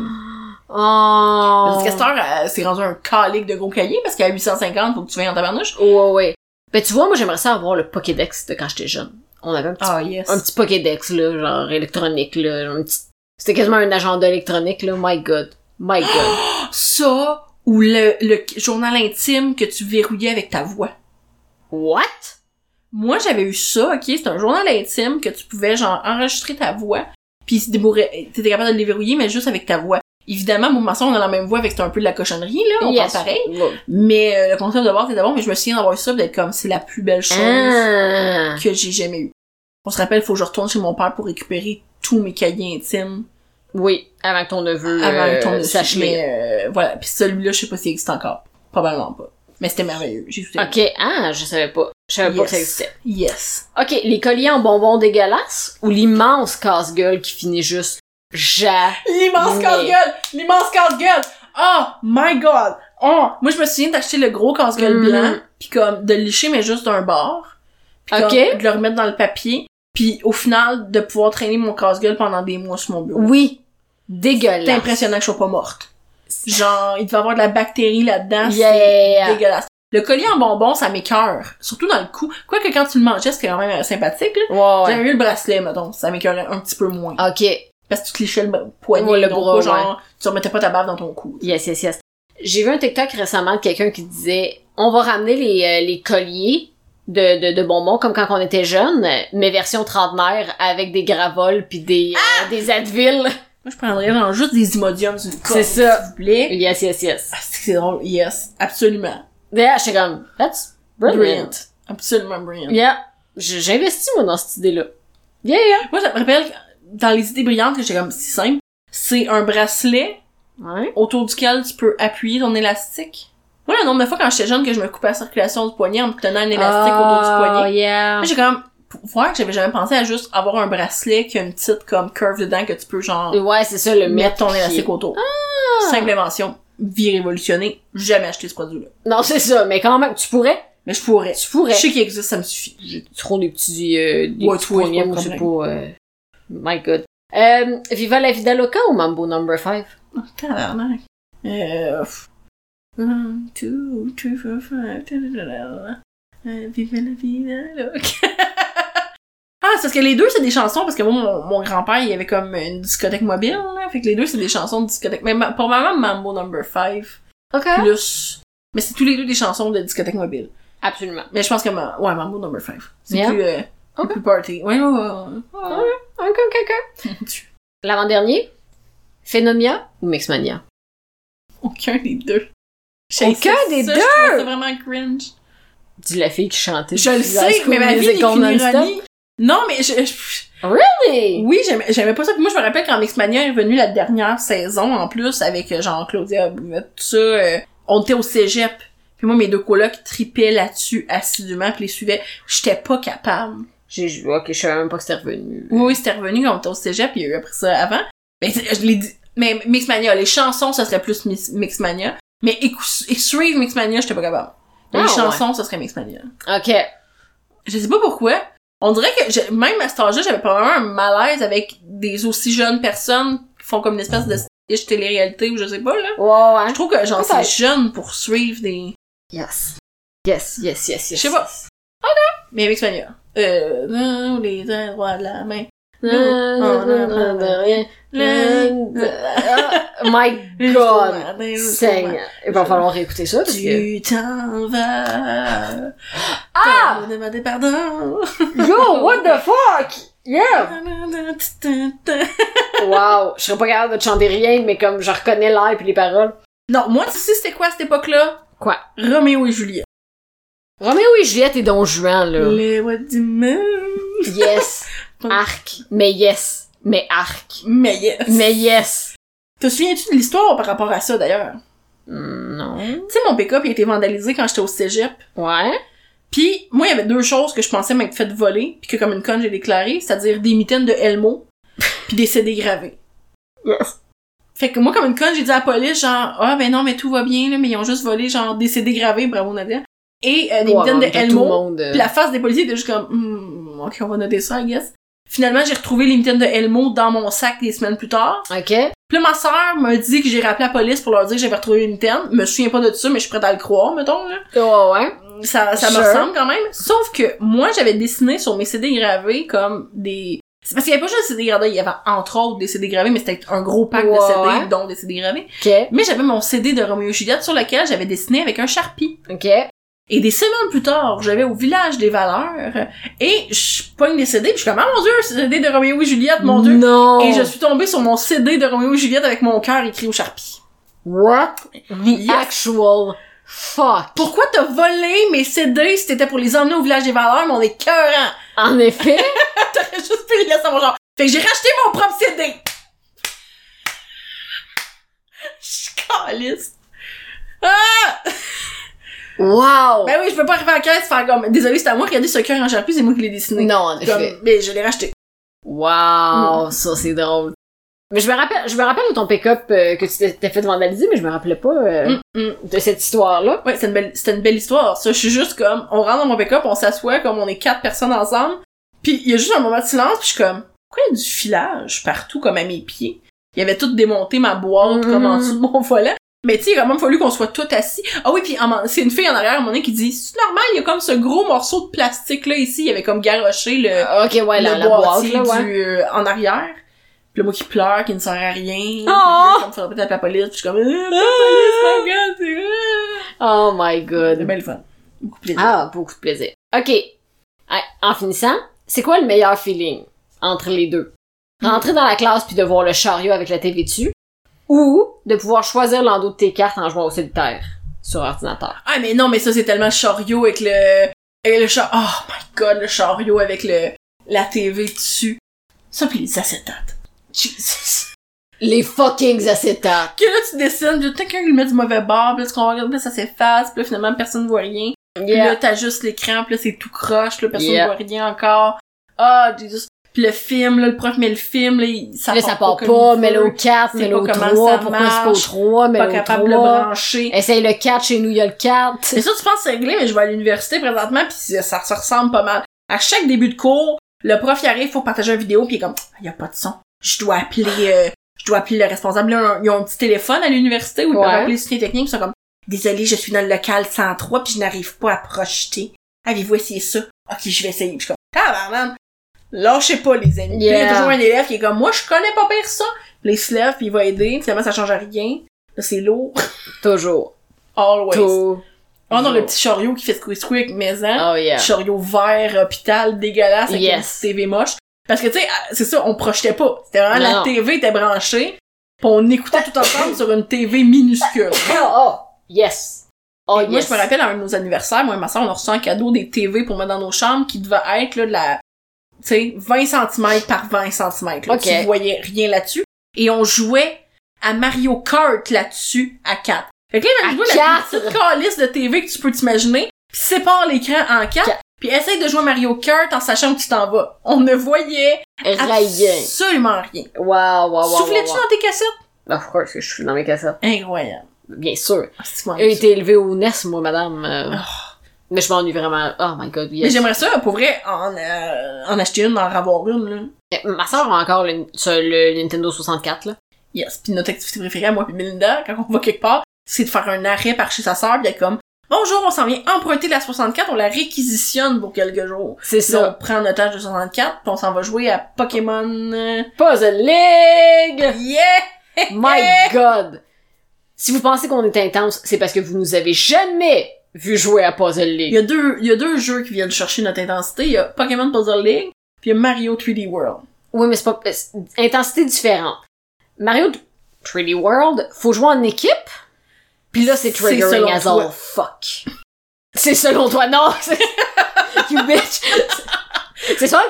Oh! parce que cette heure, euh, c'est rendu un calique de gros cahier parce qu'à 850, faut que tu viennes en tabarnouche. Ouais, ouais. Ben tu vois, moi j'aimerais ça avoir le Pokédex de quand j'étais jeune. On avait un petit, Ah, yes. un petit Pokédex, là, genre électronique, là. un petit- C'était quasiment un agenda électronique, là. My God. My God. Ça, ou le, le journal intime que tu verrouillais avec ta voix. What? Moi, j'avais eu ça, ok? C'est un journal intime que tu pouvais, genre, enregistrer ta voix, puis tu t'étais capable de les verrouiller, mais juste avec ta voix. Évidemment, mon maçon, on a la même voix, avec c'était un peu de la cochonnerie, là, on yes. parle pareil. Ouais. Mais euh, le concept de base était bon, mais je me souviens d'avoir eu ça, puis d'être comme, c'est la plus belle chose. Ah. que j'ai jamais eu. On se rappelle, faut que je retourne chez mon père pour récupérer tous mes cahiers intimes Oui, avant que ton neveu avant euh, qu'on ne sache lire. mais, euh, voilà. Puis celui-là, je sais pas s'il existe encore. Probablement pas. Mais c'était merveilleux. J'ai tout aimé. Ok, ah, je savais pas. Je savais pas que ça Yes. existait. Yes. Ok, les colliers en bonbons dégueulasses ou l'immense casse-gueule qui finit juste ja. L'immense Mais- casse-gueule! L'immense casse-gueule! Oh my god! Oh! Moi, je me souviens d'acheter le gros casse-gueule Mhm. blanc, puis comme de le licher, mais juste d'un bord. Puis comme, Ok. de le remettre dans le papier. Puis au final, de pouvoir traîner mon casse-gueule pendant des mois sur mon bureau. Oui, C'est dégueulasse. impressionnant que je sois pas morte. Genre, il devait avoir de la bactérie là-dedans. Yeah. C'est dégueulasse. Le collier en bonbon, ça m'écœure. Surtout dans le cou. Quoique quand tu le mangeais, c'était quand même euh, sympathique, là. Ouais, J'avais ouais. eu le bracelet, mettons. Ça m'écœurait un petit peu moins. Ok, Parce que tu te lichais le b- poignet. Ouais, le donc bras, pas genre, tu remettais pas ta bave dans ton cou. yes, yes, yes. J'ai vu un TikTok récemment de quelqu'un qui disait on va ramener les, euh, les colliers de, de, de bonbons comme quand on était jeune, mais version trentenaire avec des gravoles puis des, euh, des Advil. Moi, je prendrais genre juste des Imodiums d'une C'est corde, ça. s'il vous (laughs) plaît. Yes, yes, yes. Ah, c'est que c'est drôle. Yes. Absolument. D'ailleurs, j'étais comme, that's brilliant. Absolument brilliant. Yeah. J- J'investis, moi, dans cette idée-là. Yeah, yeah. Moi, ça me rappelle, que dans les idées brillantes que j'ai comme si simple, c'est un bracelet Ouais. autour duquel tu peux appuyer ton élastique. Moi, le nombre de fois quand j'étais jeune que je me coupais la circulation du poignet en me tenant un élastique autour du poignet. Ah, yeah. Moi, j'ai comme, faut voir que j'avais jamais pensé à juste avoir un bracelet qui a une petite comme curve dedans que tu peux genre Ouais, c'est ça, le Ah! mettre ton qui est- élastique autour. Simple invention, vie révolutionnée, jamais acheté ce produit-là. Non, c'est ça, mais quand même, tu pourrais. Mais je pourrais. Tu pourrais. Je sais qu'il existe, ça me suffit. J'ai- Tu trouves des petits, euh, des Ouais, petits tu vois, poignets, c'est pas moi, le c'est pas, euh, my god. Euh, Viva la vida loca ou Mambo number 5? Oh, tabarnak. Euh, pff. One, two, three, four, five, tadadadada. Euh, vive la vida loca. (laughs) Ah, c'est parce que les deux, c'est des chansons, parce que moi, mon, mon grand-père, il avait comme une discothèque mobile, là. Fait que les deux, c'est des chansons de discothèque. Mais ma- probablement Mambo Number 5, Ok. plus. Mais c'est tous les deux des chansons de discothèque mobile. Absolument. Mais je pense que, ma- ouais, Mambo Number 5. C'est Yeah. plus, euh, Ok. plus party. Ouais, ouais, ouais, (laughs) ouais. Ouais. Ok, ok, ok. L'avant-dernier? Phenomia ou Mixmania? Aucun des deux. Aucun des deux? C'est vraiment cringe. Dis la fille qui chantait. Je le High sais, School mais ma vie n'est Musical qu'une non-stop. ironie. Non, mais je, je- Really? oui, j'aimais j'aimais pas ça. Puis moi, je me rappelle quand Mixmania est revenu la dernière saison, en plus, avec euh, genre Claudia Bouvet, tout ça, euh, on était au cégep. Puis moi, mes deux colocs tripaient là-dessus assidûment, puis les suivaient. J'étais pas capable. J'ai joué, ok, je savais même pas que c'était revenu. Oui, oui, c'était revenu quand on était au cégep, puis il y a eu après ça avant. Mais c'est- je l'ai dit. Mais Mixmania, les chansons, ça serait plus Mix- Mixmania. Mais écou- et suivre Mixmania, j'étais pas capable. Mais les Ah, ouais. chansons, ça serait Mixmania. Ok. je sais pas pourquoi. On dirait que j'ai- même à cet âge-là, j'avais probablement un malaise avec des aussi jeunes personnes qui font comme une espèce de ish télé-réalité ou je sais pas, là. Ouais, ouais. Je trouve que genre c'est Peut-être. jeune pour suivre des... Yes. Yes, yes, yes, yes. Je sais pas. Mais avec Sonia. Euh, non, les uns droits de la main. Oh my god. Seigneur. Il va falloir réécouter ça parce que. Tu t'en vas. Ah! T'as demandé pardon. Yo, what the fuck? Yeah! Wow. Je serais pas capable de te chanter rien, mais comme je reconnais l'air pis les paroles. Non, moi, tu sais, c'était quoi à cette époque-là? Quoi? Roméo et Juliette. Roméo et Juliette et Don Juan, là. Les what du moon. (laughs) Yes. Arc. Mais yes. Mais arc. Mais yes. Mais yes. Te souviens-tu de l'histoire par rapport à ça, d'ailleurs? Hmm, Non. Tu sais, mon pick-up, il a été vandalisé quand j'étais au cégep. Ouais. Puis, moi, il y avait deux choses que je pensais m'être fait voler, puis que comme une conne, j'ai déclaré, c'est-à-dire des mitaines (laughs) de Elmo, puis des CD gravés. Yes. Fait que moi, comme une conne, j'ai dit à la police, genre, ah, ben non, mais tout va bien, là, mais ils ont juste volé, genre, des CD gravés, bravo Nadia, et euh, des Ouais, mitaines en de même temps, Tout le Elmo. monde. euh, Puis la face des policiers était juste comme, Hmm, ok, on va noter ça, I guess. Finalement, j'ai retrouvé les mitaines de Elmo dans mon sac des semaines plus tard. Ok. Puis là, ma sœur m'a dit que j'ai rappelé la police pour leur dire que j'avais retrouvé une mitaine. Me souviens pas de ça, mais je suis prête à le croire, mettons, là. Ouais, ouais. Ça, ça me Sure. ressemble quand même. Sauf que moi, j'avais dessiné sur mes CD gravés comme des... C'est parce qu'il y avait pas juste des CD gravés, il y avait entre autres des CD gravés, mais c'était un gros pack de Ouais. CD, dont des CD gravés. Ok. Mais j'avais mon CD de Romeo et Juliette sur lequel j'avais dessiné avec un Sharpie. Ok. Et des semaines plus tard, j'avais au village des valeurs, et je pogne des CD, puis je suis comme, ah mon dieu, c'est le CD de Romeo et Juliette, mon dieu! Non. Et je suis tombée sur mon CD de Romeo et Juliette avec mon cœur écrit au Sharpie. What the Yes. actual fuck? Pourquoi t'as volé mes CD si t'étais pour les emmener au village des valeurs, mais on est cœurant? (laughs) En effet. T'aurais juste pu les laisser à mon genre. Fait que j'ai racheté mon propre CD! (laughs) Je suis caliste. Wow. Ben oui, je peux pas arriver à la caisse faire comme, désolé, c'est à moi, regardez ce cœur en Sharpie, c'est moi qui l'ai dessiné. non, en ben, Comme, effet. mais je l'ai racheté. Mm. Wow, ça c'est drôle. Mais je me rappelle, je me rappelle de ton pick-up euh, que tu t'étais fait vandaliser, mais je me rappelais pas euh, Mm, mm. de cette histoire-là. Ouais, c'était une belle, c'était une belle histoire. Ça, je suis juste comme, on rentre dans mon pick-up, on s'assoit comme on est quatre personnes ensemble, puis il y a juste un moment de silence, puis je suis comme, pourquoi il y a du filage partout comme à mes pieds Il y avait tout démonté ma boîte Mhm. comme en dessous de mon volant. Mais tu sais, il a quand même fallu qu'on soit tout assis. Ah oui, puis en man- c'est une fille en arrière à un moment donné qui dit, c'est normal, il y a comme ce gros morceau de plastique là ici, il y avait comme garoché le, Euh, ok, ouais, la, le la boîte boîtier là, ouais. du, euh, en arrière. Puis le moi qui pleure, qui ne sert à rien. Oh! Comme faudrait peut-être la police. Puis je suis comme, euh, la police, my God, c'est- euh. Oh my C'est god. bien le fun. Beaucoup de plaisir. Ah, beaucoup de plaisir. Ok. Ah, En finissant, c'est quoi le meilleur feeling entre les deux rentrer dans la classe puis de voir le chariot avec la TV dessus, ou de pouvoir choisir l'endos de tes cartes en jouant au solitaire sur ordinateur. Ah, mais non, mais ça, c'est tellement chariot avec le... Avec le char... Oh my god, le chariot avec le... La TV dessus. Ça, pis les acétates. Jesus. Les fucking acétates! Que là, tu dessines, puis quelqu'un qui le met du mauvais bord, pis là, tu comprends, regarde, puis là, ça s'efface, pis là, finalement, personne voit rien. Puis là, t'as juste l'écran, pis là, c'est tout croche, là, personne Yeah. voit rien encore. Ah, Jesus. Pis le film, là, le prof met le film, là, il- ça, Là, ça part comme pas, il mets-le veut. au 4, C'est mets-le au pas 3, comment pourquoi ça c'est pas au marche, 3, pas mets-le au capable de le 3. brancher. Essaye le 4, chez nous, il y a le 4. (laughs) C'est ça, tu penses que c'est réglé, mais je vais à l'université présentement, puis ça, ça se ressemble pas mal. À chaque début de cours, le prof il arrive, faut partager une vidéo, puis il est comme, Ah, il y a pas de son. Je dois appeler, euh, je dois appeler le responsable. Là, ils ont un petit téléphone à l'université où ils Ouais. peuvent appeler le soutien technique, ils sont comme, désolé, je suis dans le local 103, puis je n'arrive pas à projeter. Avez-vous essayé ça? Ok, je vais essayer. Puis je suis comme, ah, man, lâchez pas, les amis. Puis il y Yeah. a toujours un élève qui est comme, moi, je connais pas pire ça. Puis il se lève, puis il va aider, finalement, ça change rien. Là, c'est lourd. Toujours. Always. Tout. Oh non, le petit chariot qui fait squeak squeak maison. Oh yeah. Chariot vert, euh, hôpital, dégueulasse, avec Yes. une petite TV moche. Parce que, tu sais, à- c'est ça, on projetait pas. C'était vraiment Non. la TV était branchée, pis on écoutait (laughs) tout ensemble sur une TV minuscule. (laughs) Oh, yes. Oh Et Moi, yes. je me rappelle, à un de nos anniversaires, moi et ma soeur, on a reçu en cadeau des TV pour mettre dans nos chambres qui devaient être, là, de la, tu sais, 20 cm par 20 cm, là. Ok. Tu voyais rien là-dessus. Et on jouait à Mario Kart là-dessus, à 4. Fait que là, À imagine jouer la quatre! plus petite calice de TV que tu peux t'imaginer, pis sépare l'écran en 4, Quatre. puis essaye de jouer à Mario Kart en sachant où tu t'en vas. On ne voyait Rayen. absolument rien. Wow, wow, wow. Soufflais-tu dans tes cassettes? dans... Of course que je suis dans mes cassettes. Incroyable. Bien sûr. Ah, c'est quoi, J'ai ça? été élevée au NES, moi, madame. euh, Oh. Mais je m'ennuie vraiment. Oh my god, Mais yes. j'aimerais ça, pour vrai, en, euh, en acheter une, en avoir une, là. Eh, Ma soeur a encore le, sur le Nintendo 64, là. Yes. Puis notre activité préférée à moi et Melinda, quand on va quelque part, c'est de faire un arrêt par chez sa sœur, puis être comme Bonjour, on s'en vient emprunter la 64, on la réquisitionne pour quelques jours. C'est Puis là, ça. on prend notre âge de 64, puis on s'en va jouer à Pokémon. euh, Puzzle League! Yeah! Eh! My god! Si vous pensez qu'on est intense, c'est parce que vous nous avez jamais vu jouer à Puzzle Il y, League. a deux, il y a deux jeux qui viennent chercher notre intensité. Il y a Pokémon Puzzle League, puis il y a Mario 3D World. Oui, mais c'est pas... c'est- Intensité différente. Mario 3D World, faut jouer en équipe. Puis là, c'est C'est triggering selon as toi. all fuck. C'est selon toi, non! (laughs) c'est- you bitch! C'est- C'est ça le On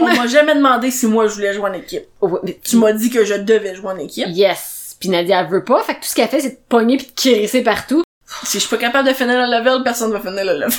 problème! m'a jamais demandé si moi je voulais jouer en équipe. Oh, mais Tu m'as dit que je devais jouer en équipe. Yes! Puis Nadia, elle veut pas, fait que tout ce qu'elle fait, c'est de pogner pis de crisser partout. Si je suis pas capable de finir le level, personne va finir le level.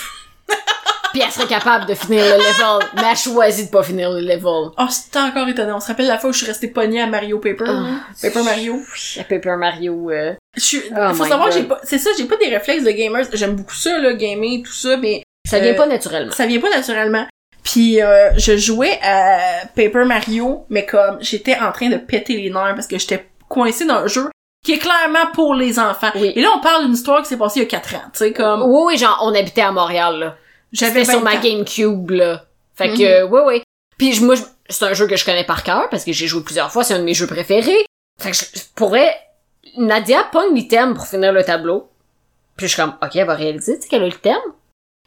Puis elle serait capable de finir le level, mais elle choisit de pas finir le level. Oh, c'était encore étonnant. On se rappelle la fois où je suis restée pognée à Mario Paper. Ah. là. Paper Mario. La Paper Mario... euh, Je suis- Oh faut my savoir, God. j'ai pas, c'est ça, j'ai pas des réflexes de gamers. J'aime beaucoup ça, là, gamer, tout ça, mais Ça vient Euh, pas naturellement. ça vient pas naturellement. Puis euh, je jouais à Paper Mario, mais comme j'étais en train de péter les nerfs parce que j'étais coincée dans un jeu qui est clairement pour les enfants. Oui. Et là, on parle d'une histoire qui s'est passée il y a 4 ans, tu sais, comme Oui, oui, genre, on habitait à Montréal, là. j'avais C'était sur ma 24. GameCube, là. Fait Mhm. que, euh, oui, oui. Puis je- moi, je- c'est un jeu que je connais par cœur, parce que j'ai joué plusieurs fois, c'est un de mes jeux préférés. Fait que je, je pourrais... Nadia pogne l'item pour finir le tableau. Puis je suis comme, OK, elle va réaliser, tu sais, qu'elle a l'item.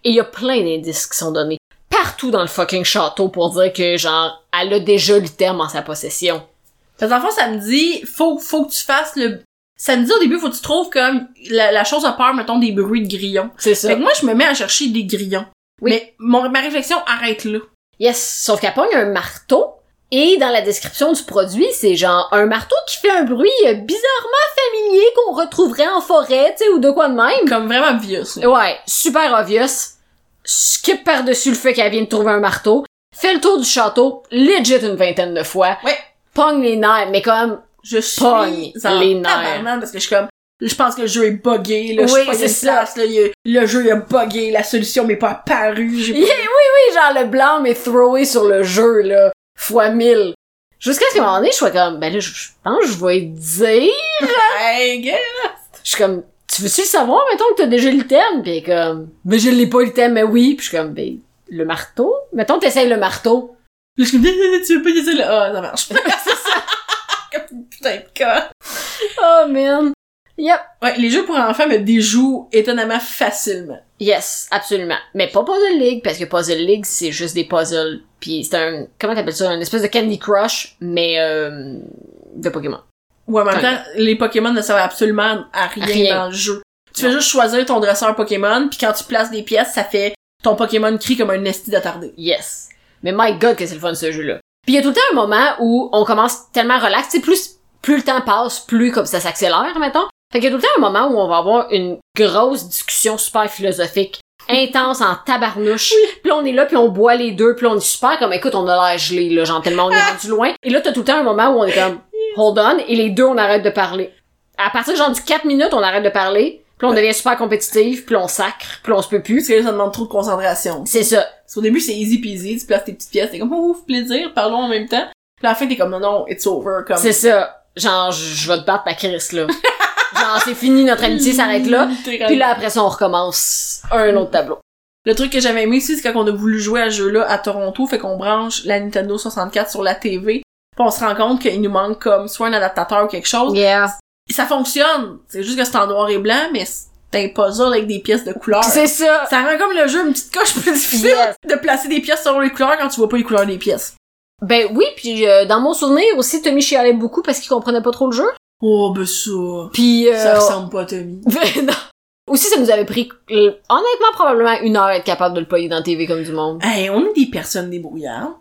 Et il y a plein d'indices qui sont donnés. Partout dans le fucking château pour dire que, genre, elle a déjà l'item en sa possession. Parce qu'en fond, ça me dit, faut, faut que tu fasses le... Ça me dit au début, faut que tu trouves comme la, la chose à peur, mettons, des bruits de grillons. C'est ça. Fait que moi, je me mets à chercher des grillons. Oui. Mais mon, ma réflexion arrête là. Yes, sauf qu'elle pogne un marteau. Et dans la description du produit, c'est genre un marteau qui fait un bruit euh, bizarrement familier qu'on retrouverait en forêt, tu sais, ou de quoi de même. Comme vraiment vieux, ça. Ouais, super obvious. Skip par-dessus le fait qu'elle vient de trouver un marteau. Fait le tour du château, legit une vingtaine de fois. Ouais. Pogne les nerfs, mais comme, (laughs) Je suis Pogne en les nerfs. tabarnak parce que je suis comme... Je pense que le jeu est buggé, là. Oui, je suis pas c'est une place, là. Il y a- le jeu il a buggé, la solution m'est pas apparue. j'ai Yeah, pas- oui, genre le blanc mais throwé sur le jeu, là, fois mille. Jusqu'à ce qu'à un moment donné, je sois comme, ben là, je je pense que je vais dire... Hey, gars. Je suis comme, tu veux-tu le savoir, mettons, que t'as déjà l'item? Pis elle est comme, mais je l'ai pas l'item, mais oui. Pis je suis comme, ben, le marteau? Mettons, t'essayes le marteau. Là, je suis comme, (laughs) tu veux pas dire ça, là? Ah, (laughs) ça marche. c'est ça. comme une putain de con. Oh, man. Yep. Ouais, les jeux pour enfants me déjouent étonnamment facilement. Yes, absolument. Mais pas Puzzle League, parce que Puzzle League, c'est juste des puzzles. Puis c'est un... Comment t'appelles ça? Une espèce de Candy Crush, mais euh, de Pokémon. Ouais, mais en même Ouais. temps, les Pokémon ne servent absolument à rien, Rien. dans le jeu. Tu fais juste choisir ton dresseur Pokémon, puis quand tu places des pièces, ça fait ton Pokémon crie comme un esti d'attardé. Yes. Mais my god que c'est le fun ce jeu-là. Puis il y a tout le temps un moment où on commence tellement relax, tu sais, plus, plus le temps passe, plus comme ça s'accélère, mettons. Fait qu'il y a tout le temps un moment où on va avoir une grosse discussion super philosophique, intense, en tabarnouche. Puis là, on est là, puis on boit les deux, puis là, on est super comme, écoute, on a l'air gelé, là, genre tellement on est rendu loin. Et là, t'as tout le temps un moment où on est comme, hold on, et les deux, on arrête de parler. À partir genre du 4 minutes, on arrête de parler, puis là, on devient super compétitif, puis là, on sacre, puis là, on se peut Parce plus. que là, ça demande trop de concentration. C'est ça. Parce qu'au début, c'est easy peasy, tu places tes petites pièces, t'es comme, ouf, plaisir, parlons en même temps. Puis à la fin, t'es comme, non, non, it's over, comme. C'est ça. Genre, je je vais te battre, ma Chris, (laughs) là. Genre, c'est fini, notre amitié s'arrête là. Littéralement. Puis là, après ça, on recommence un autre tableau. Le truc que j'avais aimé aussi, c'est quand on a voulu jouer à ce jeu-là à Toronto, fait qu'on branche la Nintendo 64 sur la TV, puis on se rend compte qu'il nous manque comme soit un adaptateur ou quelque chose. Yeah. Ça fonctionne! C'est juste que c'est en noir et blanc, mais c'est un puzzle avec des pièces de couleur. C'est ça. Ça rend comme le jeu une petite coche plus difficile Yes. de placer des pièces selon les couleurs quand tu vois pas les couleurs des pièces. Ben oui, puis euh, dans mon souvenir aussi, Tommy chialait beaucoup parce qu'il comprenait pas trop le jeu. Oh, ben ça... Puis euh, Ça ressemble pas à Tommy. ben, (laughs) non. Aussi, ça nous avait pris, euh, honnêtement, probablement une heure à être capable de le payer dans la TV comme du monde. Hey, on est des personnes débrouillardes.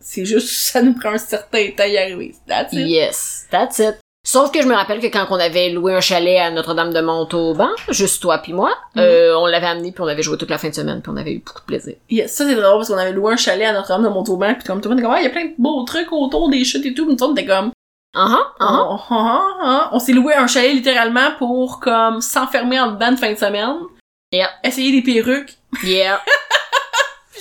C'est juste, ça nous prend un certain temps à y arriver. That's it. Yes, that's it. Sauf que je me rappelle que quand on avait loué un chalet à Notre-Dame-de-Montauban, juste toi puis moi, Mhm. euh, on l'avait amené puis on avait joué toute la fin de semaine puis on avait eu beaucoup de plaisir. Yeah, ça c'est drôle parce qu'on avait loué un chalet à Notre-Dame de Montauban puis comme tout le monde était comme ah, il y a plein de beaux trucs autour des chutes et tout, mais nous on était comme Ah ah, ah ah. oh, ah, ah, ah. on s'est loué un chalet littéralement pour comme s'enfermer en dedans de fin de semaine. Yeah. Essayer des perruques. (laughs) Yeah.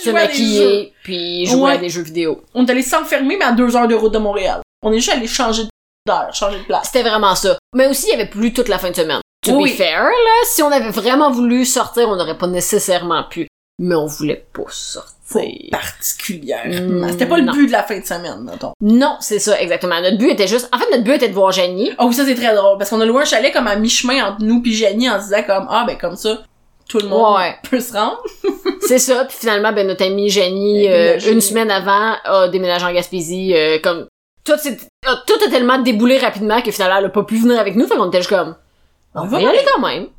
se Uh-huh. jouer à des maquiller, puis jouer à Ouais. des jeux vidéo. On est allé s'enfermer mais à deux heures de route de Montréal. On est juste allé changer d'heure, changer de place. C'était vraiment ça. Mais aussi, il y avait plus toute la fin de semaine. To Oui. be fair, là, si on avait vraiment voulu sortir, on n'aurait pas nécessairement pu. Mais on voulait pas sortir. Particulièrement. Mm, C'était pas le non. but de la fin de semaine, mettons. Non, c'est ça, exactement. Notre but était juste... En fait, notre but était de voir (laughs) Jenny. Oh, ça c'est très drôle parce qu'on a loué un chalet comme à mi-chemin entre nous puis Jenny en se disant comme ah ben comme ça tout le monde Ouais. peut se rendre. c'est ça. Puis finalement, ben, notre amie Jenny, Elle euh, déménageait. une semaine avant, a déménagé en Gaspésie. euh, comme... Tout, s'est- euh, tout a tellement déboulé rapidement que finalement, elle a pas pu venir avec nous. Fait qu'on était juste comme... On va y aller quand même. (laughs)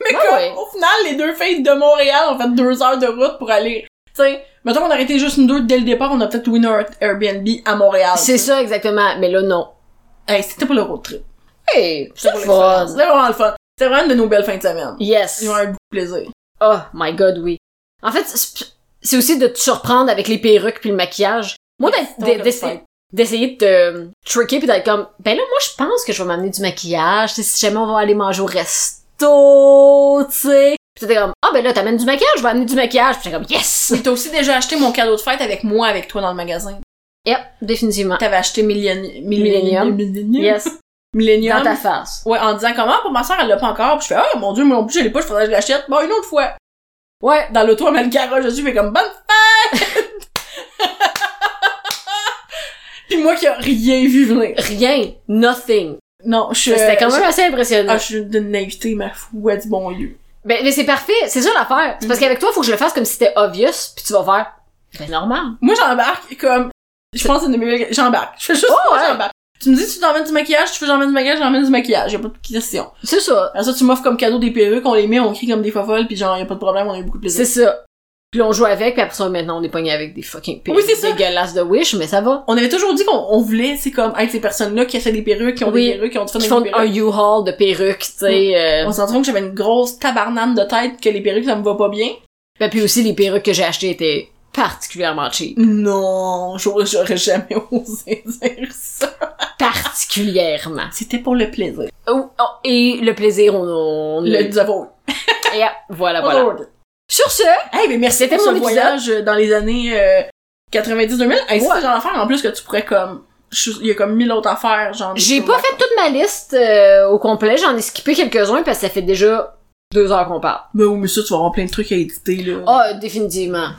Mais Ouais, comme, ouais. au final, les deux filles de Montréal ont fait deux heures de route pour aller. Tu sais, mettons qu'on aurait été juste nous deux dès le départ, on a peut-être loué notre Airbnb à Montréal. C'est ça, exactement. Mais là, non. Hey, c'était pas le road trip. Hey, C'était c'est pour fun. l'expérience. C'était vraiment le fun. C'était vraiment une de nos belles fins de semaine. Yes. Ils ont eu un bout de plaisir. Oh my god, oui. En fait, c'est c'est aussi de te surprendre avec les perruques puis le maquillage. Moi, d'être- C'était d'e- comme d'essayer ça. d'essayer de te euh, tricker puis d'être comme, ben là, moi, je pense que je vais m'amener du maquillage, tu sais, si jamais on va aller manger au resto, tu sais. Puis t'étais comme, ah ben là, t'amènes du maquillage, je vais amener du maquillage. Puis j'étais comme, yes! Mais t'as aussi déjà acheté mon cadeau de fête avec moi, avec toi dans le magasin. (laughs) Yep, définitivement. T'avais acheté Millennium. Millennium. Millennium. Yes, Millennium. dans ta face. Ouais, en disant comment, pour ma soeur, elle l'a pas encore. Puis je fais, ah, mon dieu, moi non plus, je l'ai pas, je faudrait que je l'achète. Bon, une autre fois. Ouais, dans l'auto, elle met le garage dessus, mais comme, bonne fête! (laughs) Puis moi qui a rien vu venir. Rien, nothing. Non, je suis. C'était quand même je- assez impressionnant. Ah, je suis d'une naïveté, ma foi du bon Dieu. Ben, mais c'est parfait, c'est ça l'affaire. C'est parce Mhm. qu'avec toi, faut que je le fasse comme si c'était obvious, puis tu vas faire, ben normal. Moi, j'embarque comme. Je pense que c'est une de mes. J'embarque. Je fais juste. Oh, moi, ouais. j'embarque. Tu me dis, tu t'emmènes du maquillage, tu veux j'emmène du maquillage, j'emmène du maquillage. Y'a pas de question. C'est ça. Alors ça, tu m'offres comme cadeau des perruques, on les met, on crie comme des fofolles, puis genre, y a pas de problème, on a eu beaucoup de plaisir. C'est ça. Puis on joue avec, puis après ça, maintenant, on est pogné avec des fucking perruques Oui, c'est ça. dégueulasses de Wish, mais ça va. On avait toujours dit qu'on on voulait, c'est comme être ces personnes-là qui achètent des perruques, qui ont Oui. des perruques, qui ont du fun Ils avec font des un perruques. U-Haul de perruques, tu sais. euh, On s'est rendu compte que j'avais une grosse tabarnane de tête, que les perruques, ça me va pas bien. Ben, puis aussi, les perruques que j'ai achetées étaient particulièrement (laughs) cheap. Non, j'aurais j'aurais jamais (laughs) osé dire ça. particulièrement. C'était pour le plaisir. Oh, oh, et le plaisir, on... on Le nous avons eu. (laughs) Et, ah, voilà, On voilà. l'a eu. Sur ce, Hey, mais merci C'était pour mon ce épisode. voyage euh, dans les années euh, 90-2000. Hey, Ouais. c'est genre d'affaires en plus que tu pourrais comme... je- Il y a comme mille autres affaires, genre... des j'ai choses pas à- fait toute ma liste euh, au complet. J'en ai skippé quelques-uns parce que ça fait déjà deux heures qu'on parle. Mais oui, mais ça, tu vas avoir plein de trucs à éditer, là. Ah, définitivement.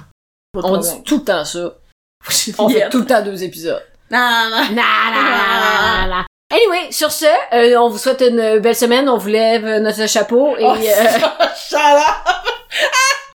Pas de On problème. dit tout le temps ça. On fait Yes. tout le temps deux épisodes. Non, non, non. (laughs) Na, na, na, na, na. Anyway, sur ce, euh, on vous Oh, euh, (laughs) souhaite une belle semaine, on vous lève notre chapeau et Oh, euh, ça, ça, là.